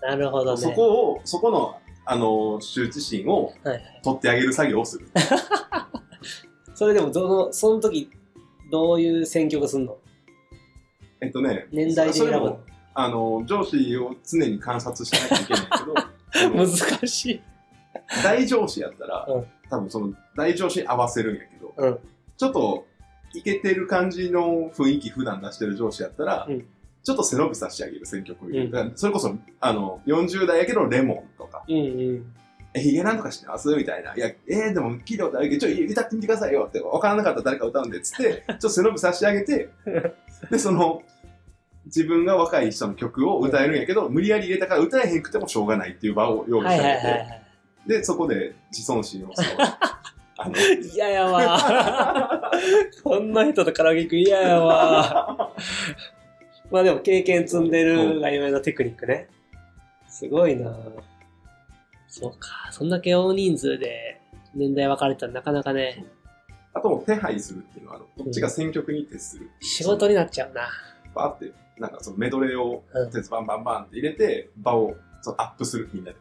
[SPEAKER 1] なるほどね。
[SPEAKER 2] そこを、そこの、あの、羞恥心を
[SPEAKER 1] はいはい。
[SPEAKER 2] 取ってあげる作業をする。
[SPEAKER 1] それでも、どの、その時、どういう選曲すんの
[SPEAKER 2] えっとね、
[SPEAKER 1] 年代で
[SPEAKER 2] そ
[SPEAKER 1] 選
[SPEAKER 2] れ
[SPEAKER 1] ぶ
[SPEAKER 2] も。あの、上司を常に観察しなきゃいけないけど その
[SPEAKER 1] 難、しい。
[SPEAKER 2] 大上司やったら、
[SPEAKER 1] うん
[SPEAKER 2] 多分その、大上司に合わせるんやけど、
[SPEAKER 1] うん
[SPEAKER 2] ちょっと、いけてる感じの雰囲気普段出してる上司やったら、
[SPEAKER 1] うん
[SPEAKER 2] ちょっと背伸びさせてあげる選曲を入れる、
[SPEAKER 1] うん
[SPEAKER 2] だからそれこそ、あの、40代やけどレモンとか、
[SPEAKER 1] うんうん。
[SPEAKER 2] え、ヒゲなんとかしてますみたいな。いや、えー、でも聞いたことあるけど、ちょ、歌ってみてくださいよって、わからなかったら誰か歌うんで、つって、ちょっと背伸びさせてあげて、で、その、自分が若い人の曲を歌えるんやけど、無理やり入れたから歌えへんくてもしょうがないっていう場を用意
[SPEAKER 1] は
[SPEAKER 2] し
[SPEAKER 1] い
[SPEAKER 2] て
[SPEAKER 1] は
[SPEAKER 2] あ
[SPEAKER 1] い
[SPEAKER 2] げて、
[SPEAKER 1] はい
[SPEAKER 2] で、そこで自尊 心をそのあの、
[SPEAKER 1] はい。嫌やわ。こんな人とカラオケ行く嫌やわ。まあでも、経験積んでるがゆえのテクニックね。すごいなそうか。そんだけ大人数で年代分かれたらなかなかね。
[SPEAKER 2] あともう手配するっていうのは、あのこっちが選曲に徹する。
[SPEAKER 1] 仕事になっちゃうな。
[SPEAKER 2] バーって、なんかそのメドレーを、
[SPEAKER 1] うん
[SPEAKER 2] 鉄板バンバンって入れて、場をそのアップする、みんなで。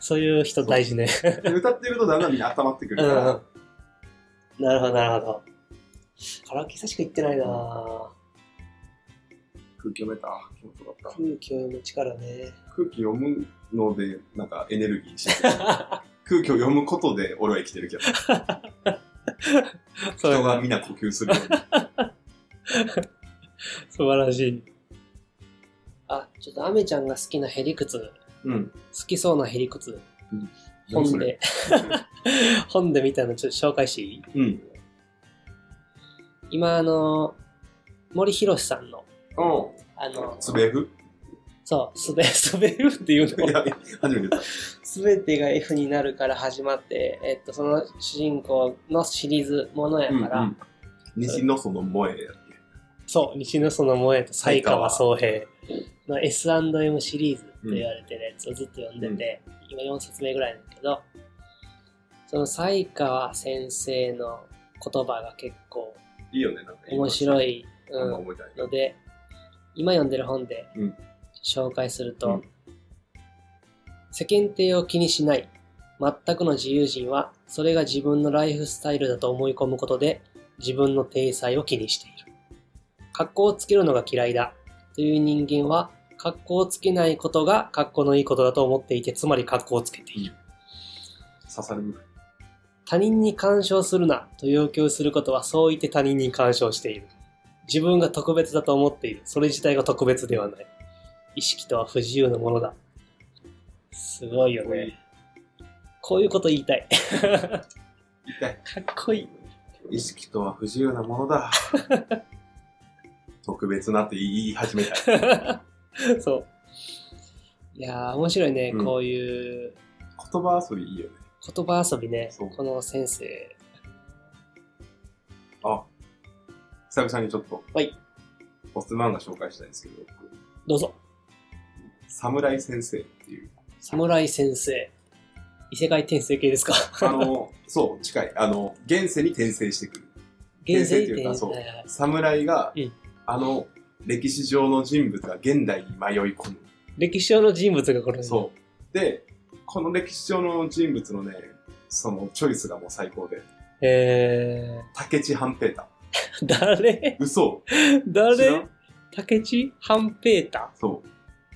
[SPEAKER 1] そういう人大事ね。
[SPEAKER 2] で歌ってるとだんだんみんな温まってくる
[SPEAKER 1] う
[SPEAKER 2] か
[SPEAKER 1] ん
[SPEAKER 2] ら、
[SPEAKER 1] うんなるほど、なるほど。カラオケ久しく行ってないな
[SPEAKER 2] 空気読めた、気持ちよかった。
[SPEAKER 1] 空気を読む力ね。
[SPEAKER 2] 空気読むので、なんかエネルギーし てる空気を読むことで俺は生きてるけど、
[SPEAKER 1] そう
[SPEAKER 2] 人がみんな呼吸するように。
[SPEAKER 1] 素晴らしい。あ、ちょっとアメちゃんが好きなヘリクツ、
[SPEAKER 2] うん。
[SPEAKER 1] 好きそうなヘリクツ、
[SPEAKER 2] 何
[SPEAKER 1] 本
[SPEAKER 2] それ。
[SPEAKER 1] で、 本で見たのちょっと紹介していい
[SPEAKER 2] うん。
[SPEAKER 1] 今、あの、森博さんの、
[SPEAKER 2] う
[SPEAKER 1] あの
[SPEAKER 2] ん。、つべふ
[SPEAKER 1] そう、すべ、すべるっていう
[SPEAKER 2] い
[SPEAKER 1] の
[SPEAKER 2] や、初めてだ。
[SPEAKER 1] すべてが F になるから始まって、えっと、その主人公のシリーズものやから、
[SPEAKER 2] うんうん西のその萌えやっ
[SPEAKER 1] そう、西野園萌えと才川宗平の S&M シリーズと言われてるやつをずっと読んでて、今4冊目ぐらいなんだけど、その才川先生の言葉が結構
[SPEAKER 2] け。いいよね、なんか。
[SPEAKER 1] 面
[SPEAKER 2] い。
[SPEAKER 1] 白い、
[SPEAKER 2] あん
[SPEAKER 1] う
[SPEAKER 2] ま
[SPEAKER 1] ん、
[SPEAKER 2] 覚えてない
[SPEAKER 1] ので、今読んでる本で
[SPEAKER 2] うん
[SPEAKER 1] 紹介すると、
[SPEAKER 2] うん
[SPEAKER 1] 世間体を気にしない全くの自由人はそれが自分のライフスタイルだと思い込むことで自分の体裁を気にしている格好をつけるのが嫌いだという人間は格好をつけないことが格好のいいことだと思っていて、つまり格好をつけている。
[SPEAKER 2] 刺さる部分。
[SPEAKER 1] 他人に干渉するなと要求することはそう言って他人に干渉している。自分が特別だと思っている。それ自体が特別ではない。意識とは不自由なものだ。すごいよね。こういうこと言いたい。
[SPEAKER 2] 痛い。
[SPEAKER 1] かっこいい。
[SPEAKER 2] 意識とは不自由なもの だ。特別なって言い始めたい。
[SPEAKER 1] そう。いやー、面白いね。
[SPEAKER 2] うん
[SPEAKER 1] こういう
[SPEAKER 2] 言葉遊びいいよね。
[SPEAKER 1] 言葉遊びね
[SPEAKER 2] そう。
[SPEAKER 1] この先生。
[SPEAKER 2] あ、久々にちょっと。
[SPEAKER 1] はい。
[SPEAKER 2] ポスト漫画紹介したいんですけど、僕
[SPEAKER 1] どうぞ。
[SPEAKER 2] 侍先生っていう。
[SPEAKER 1] 侍先生。異世界転生系ですか
[SPEAKER 2] あの、 そう、近い。あの、現世に転生してくる。転生っていうか
[SPEAKER 1] 現世
[SPEAKER 2] そう
[SPEAKER 1] はいはい
[SPEAKER 2] 侍が、
[SPEAKER 1] うん
[SPEAKER 2] あの、歴史上の人物が現代に迷い込む。
[SPEAKER 1] 歴史上の人物がこれ
[SPEAKER 2] そう。で、この歴史上の人物のね、そのチョイスがもう最高で。
[SPEAKER 1] え
[SPEAKER 2] 竹地半平太。
[SPEAKER 1] ー、誰
[SPEAKER 2] 嘘知ら
[SPEAKER 1] 誰
[SPEAKER 2] ん
[SPEAKER 1] 竹地半平太
[SPEAKER 2] そ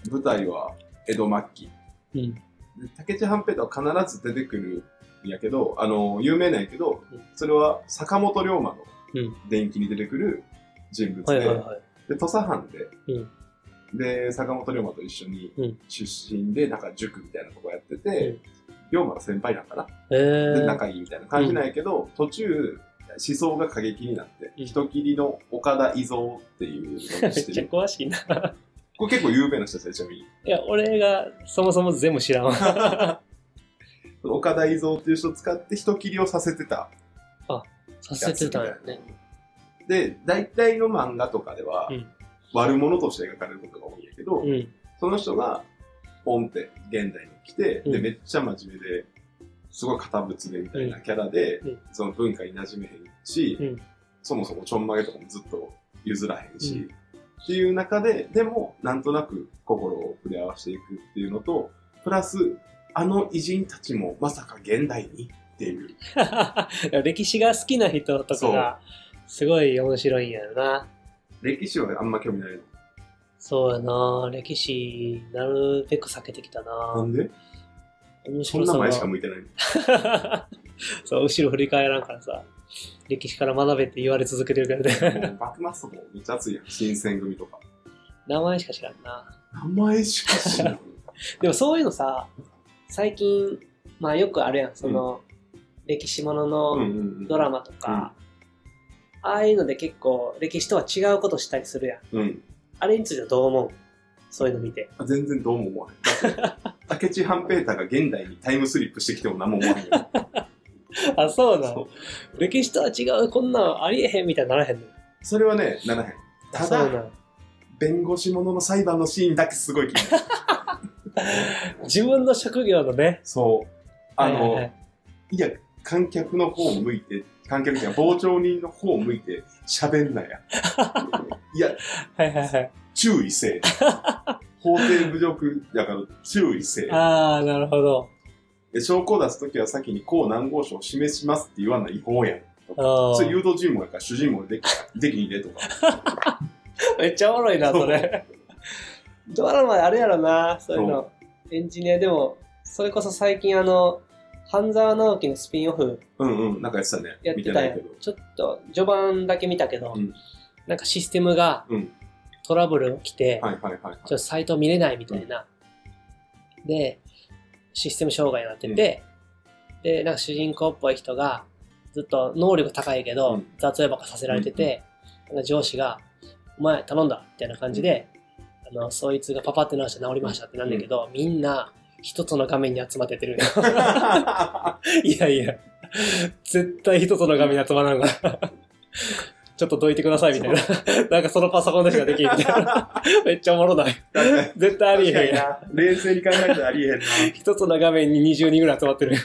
[SPEAKER 2] う。舞台は江戸末期。
[SPEAKER 1] うん。
[SPEAKER 2] で竹地半平太は必ず出てくるんやけど、あの、有名なんやけど
[SPEAKER 1] うん、
[SPEAKER 2] それは坂本龍馬の
[SPEAKER 1] うん
[SPEAKER 2] 伝記に出てくる人物
[SPEAKER 1] はい
[SPEAKER 2] で、
[SPEAKER 1] はいはい。
[SPEAKER 2] で、土佐藩で、
[SPEAKER 1] うん
[SPEAKER 2] で、坂本龍馬と一緒
[SPEAKER 1] う
[SPEAKER 2] に
[SPEAKER 1] ん
[SPEAKER 2] 出身で、なんか塾みたいなとこやってて、龍馬の先輩なんかな、
[SPEAKER 1] え
[SPEAKER 2] で、
[SPEAKER 1] ー、
[SPEAKER 2] 仲いいみたいな感じなんやけど、途中、思想が過激になって、
[SPEAKER 1] うん
[SPEAKER 2] 人切りの岡田伊蔵っていうのを
[SPEAKER 1] めっ
[SPEAKER 2] して
[SPEAKER 1] ちゃ
[SPEAKER 2] る。
[SPEAKER 1] 詳しいな。
[SPEAKER 2] これ結構有名な人ですよ、ちなみに。
[SPEAKER 1] いや、俺がそもそも全部知ら んわ。
[SPEAKER 2] 岡田伊蔵っていう人を使って人切りをさせてた
[SPEAKER 1] さ
[SPEAKER 2] や
[SPEAKER 1] せ
[SPEAKER 2] つ
[SPEAKER 1] て
[SPEAKER 2] みた
[SPEAKER 1] た
[SPEAKER 2] い
[SPEAKER 1] ん
[SPEAKER 2] な
[SPEAKER 1] やね。
[SPEAKER 2] で、大体の漫画とかでは、
[SPEAKER 1] うん
[SPEAKER 2] 悪者として描かれることが多いんやけど、
[SPEAKER 1] うん。
[SPEAKER 2] その人が、ポンって現代に来て、
[SPEAKER 1] う
[SPEAKER 2] で、
[SPEAKER 1] ん
[SPEAKER 2] めっちゃ真面目で、すごい堅物でみたいなキャラで、
[SPEAKER 1] うん
[SPEAKER 2] その文化に馴染めへんし、
[SPEAKER 1] うん
[SPEAKER 2] そもそもちょんまげとかもずっと譲らへんし、
[SPEAKER 1] うん
[SPEAKER 2] っていう中で、でも、なんとなく心を触れ合わせていくっていうのと、プラス、あの偉人たちもまさか現代にっていう、
[SPEAKER 1] 歴史が好きな人とかが、すごい面白いんやろな。
[SPEAKER 2] 歴史はあんま興味ないの。
[SPEAKER 1] そうやな歴史、なるべく避けてきた
[SPEAKER 2] な
[SPEAKER 1] なん
[SPEAKER 2] で
[SPEAKER 1] 面
[SPEAKER 2] そん
[SPEAKER 1] 白
[SPEAKER 2] な
[SPEAKER 1] さが
[SPEAKER 2] 前しか向いてないの。
[SPEAKER 1] そう、後ろ振り返らんからさ、歴史から学べって言われ続けてるからね。
[SPEAKER 2] もう幕末もめっちゃ熱いやん。新選組とか。
[SPEAKER 1] 名前しか知らんな。
[SPEAKER 2] 名前しか知らん。
[SPEAKER 1] でもそういうのさ、最近、まあよくあるやん、その、歴史もの
[SPEAKER 2] うんう
[SPEAKER 1] の
[SPEAKER 2] んうん。
[SPEAKER 1] ドラマとか、ああいうので結構歴史とは違うことしたりするやん。
[SPEAKER 2] うん。
[SPEAKER 1] あれについてはどう思うそういうの見て。
[SPEAKER 2] あ全然どうも思わへん。だって、竹地半平太が現代にタイムスリップしてきても何も思わへんよ。
[SPEAKER 1] あ、そうな
[SPEAKER 2] そう
[SPEAKER 1] の歴史とは違う、こんなんありえへんみたいにならへんの。
[SPEAKER 2] それはね、ならへん。た
[SPEAKER 1] そうな
[SPEAKER 2] だ、
[SPEAKER 1] の
[SPEAKER 2] 弁護士ものの裁判のシーンだけすごい気になる。
[SPEAKER 1] 自分の職業のね、
[SPEAKER 2] そう。あ
[SPEAKER 1] はいはい
[SPEAKER 2] の、
[SPEAKER 1] はい
[SPEAKER 2] いや、観客の方を向いて、観客じゃない傍聴人の方を向いて喋ん なや。いや、
[SPEAKER 1] はいはいはい。
[SPEAKER 2] 注意せえ。法廷侮辱だから注意せえ。
[SPEAKER 1] ああ、なるほど。
[SPEAKER 2] で証拠を出すときは先にこう何号証を示しますって言わない違法やん。
[SPEAKER 1] あ
[SPEAKER 2] それ
[SPEAKER 1] ー
[SPEAKER 2] 誘導尋問やから主尋問でき、できにねとか。
[SPEAKER 1] めっちゃおもろいな、それ。ドラマあるやろな、そういうの。エンジニアでも、それこそ最近あの、半沢直樹のスピンオフ
[SPEAKER 2] うんうん、なんかやってたね。
[SPEAKER 1] やっ
[SPEAKER 2] 見
[SPEAKER 1] て
[SPEAKER 2] て
[SPEAKER 1] た
[SPEAKER 2] な
[SPEAKER 1] や
[SPEAKER 2] い
[SPEAKER 1] ん
[SPEAKER 2] けど。。
[SPEAKER 1] ちょっと序盤だけ見たけど、
[SPEAKER 2] うん
[SPEAKER 1] なんかシステムが
[SPEAKER 2] うん
[SPEAKER 1] トラブル起きて、
[SPEAKER 2] はいはいはいはい。
[SPEAKER 1] ちょっとサイト見れないみたいな。で、システム障害になってて、で、なんか主人公っぽい人が、ずっと能力高いけど、
[SPEAKER 2] うん
[SPEAKER 1] 雑用ばっかさせられてて、なんか上司が、お前頼んだみたいな感じで、あの、そいつがパパって直して治りましたってなんだけど、みんな、一つの画面に集まっててる。 いやいや、絶対一つの画面に集まらんから。ちょっとどいてくださいみたいな。なんかそのパソコンでしかできんみたいな。めっちゃおもろない。絶対ありえへんやん。
[SPEAKER 2] 冷静に考えたらありえへんな。
[SPEAKER 1] 一つの画面に20人ぐらい集まってる。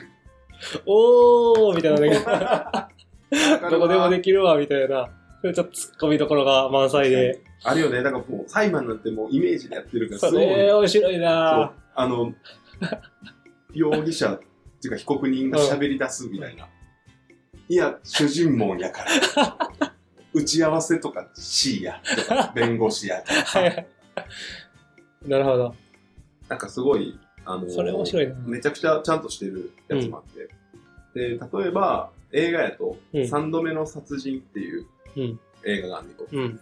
[SPEAKER 1] おーみたいなね。 どこでもできるわ、みたいな。それちょっと突っ込みどころが満載で。
[SPEAKER 2] あるよね。だからもう裁判なんてもうイメージでやってるから、
[SPEAKER 1] そ
[SPEAKER 2] すごい。
[SPEAKER 1] れ面白い
[SPEAKER 2] そう
[SPEAKER 1] な
[SPEAKER 2] あの、容疑者っていうか被告人が喋り出すみたいな。いや、主尋問やから。打ち合わせとか C やとか、弁護士やとか。
[SPEAKER 1] はいなるほど。
[SPEAKER 2] なんかすごい、あのー
[SPEAKER 1] それ面白いな。
[SPEAKER 2] めちゃくちゃちゃんとしてるやつもあって。で、例えば、映画やと、
[SPEAKER 1] うん
[SPEAKER 2] 三度目の殺人っていう
[SPEAKER 1] うん
[SPEAKER 2] 映画があんねんけど、
[SPEAKER 1] うん。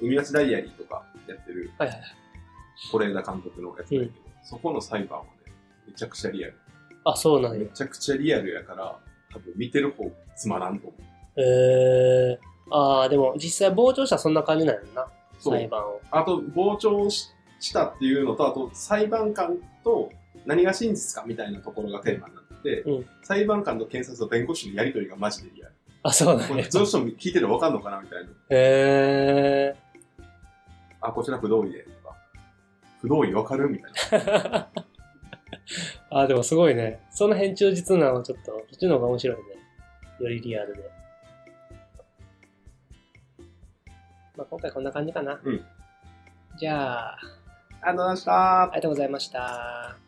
[SPEAKER 2] 海なしダイアリーとかやってる、
[SPEAKER 1] はいはいはい。
[SPEAKER 2] 是枝監督のやつだけど、そこの裁判はね、めちゃくちゃリアル。
[SPEAKER 1] あ、そうなん
[SPEAKER 2] め
[SPEAKER 1] や。
[SPEAKER 2] ちゃくちゃリアルやから、多分見てる方つまらんと思う。
[SPEAKER 1] えー。ああ、でも実際傍聴者はそんな感じなんやろな。
[SPEAKER 2] そう
[SPEAKER 1] 裁判を。
[SPEAKER 2] あと、傍聴ししたっていうのと、あと、裁判官と何が真実かみたいなところがテーマになってて、
[SPEAKER 1] うん
[SPEAKER 2] 裁判官と検察と弁護士のやりとりがマジでリアル。
[SPEAKER 1] あ、そうな
[SPEAKER 2] こ
[SPEAKER 1] ん や
[SPEAKER 2] れ普。通の人も聞いてるの分かんのかなみたいな。
[SPEAKER 1] え
[SPEAKER 2] あ、こちら不同意でとか、不同意分かるみたいな。
[SPEAKER 1] ー。あー、でもすごいね。その辺忠実なのはちょっと、こっちの方が面白いね。よりリアルで。まあ、今回こんな感じかな。
[SPEAKER 2] うん
[SPEAKER 1] じゃあ、
[SPEAKER 2] ありがとうございました
[SPEAKER 1] ありがとうございました。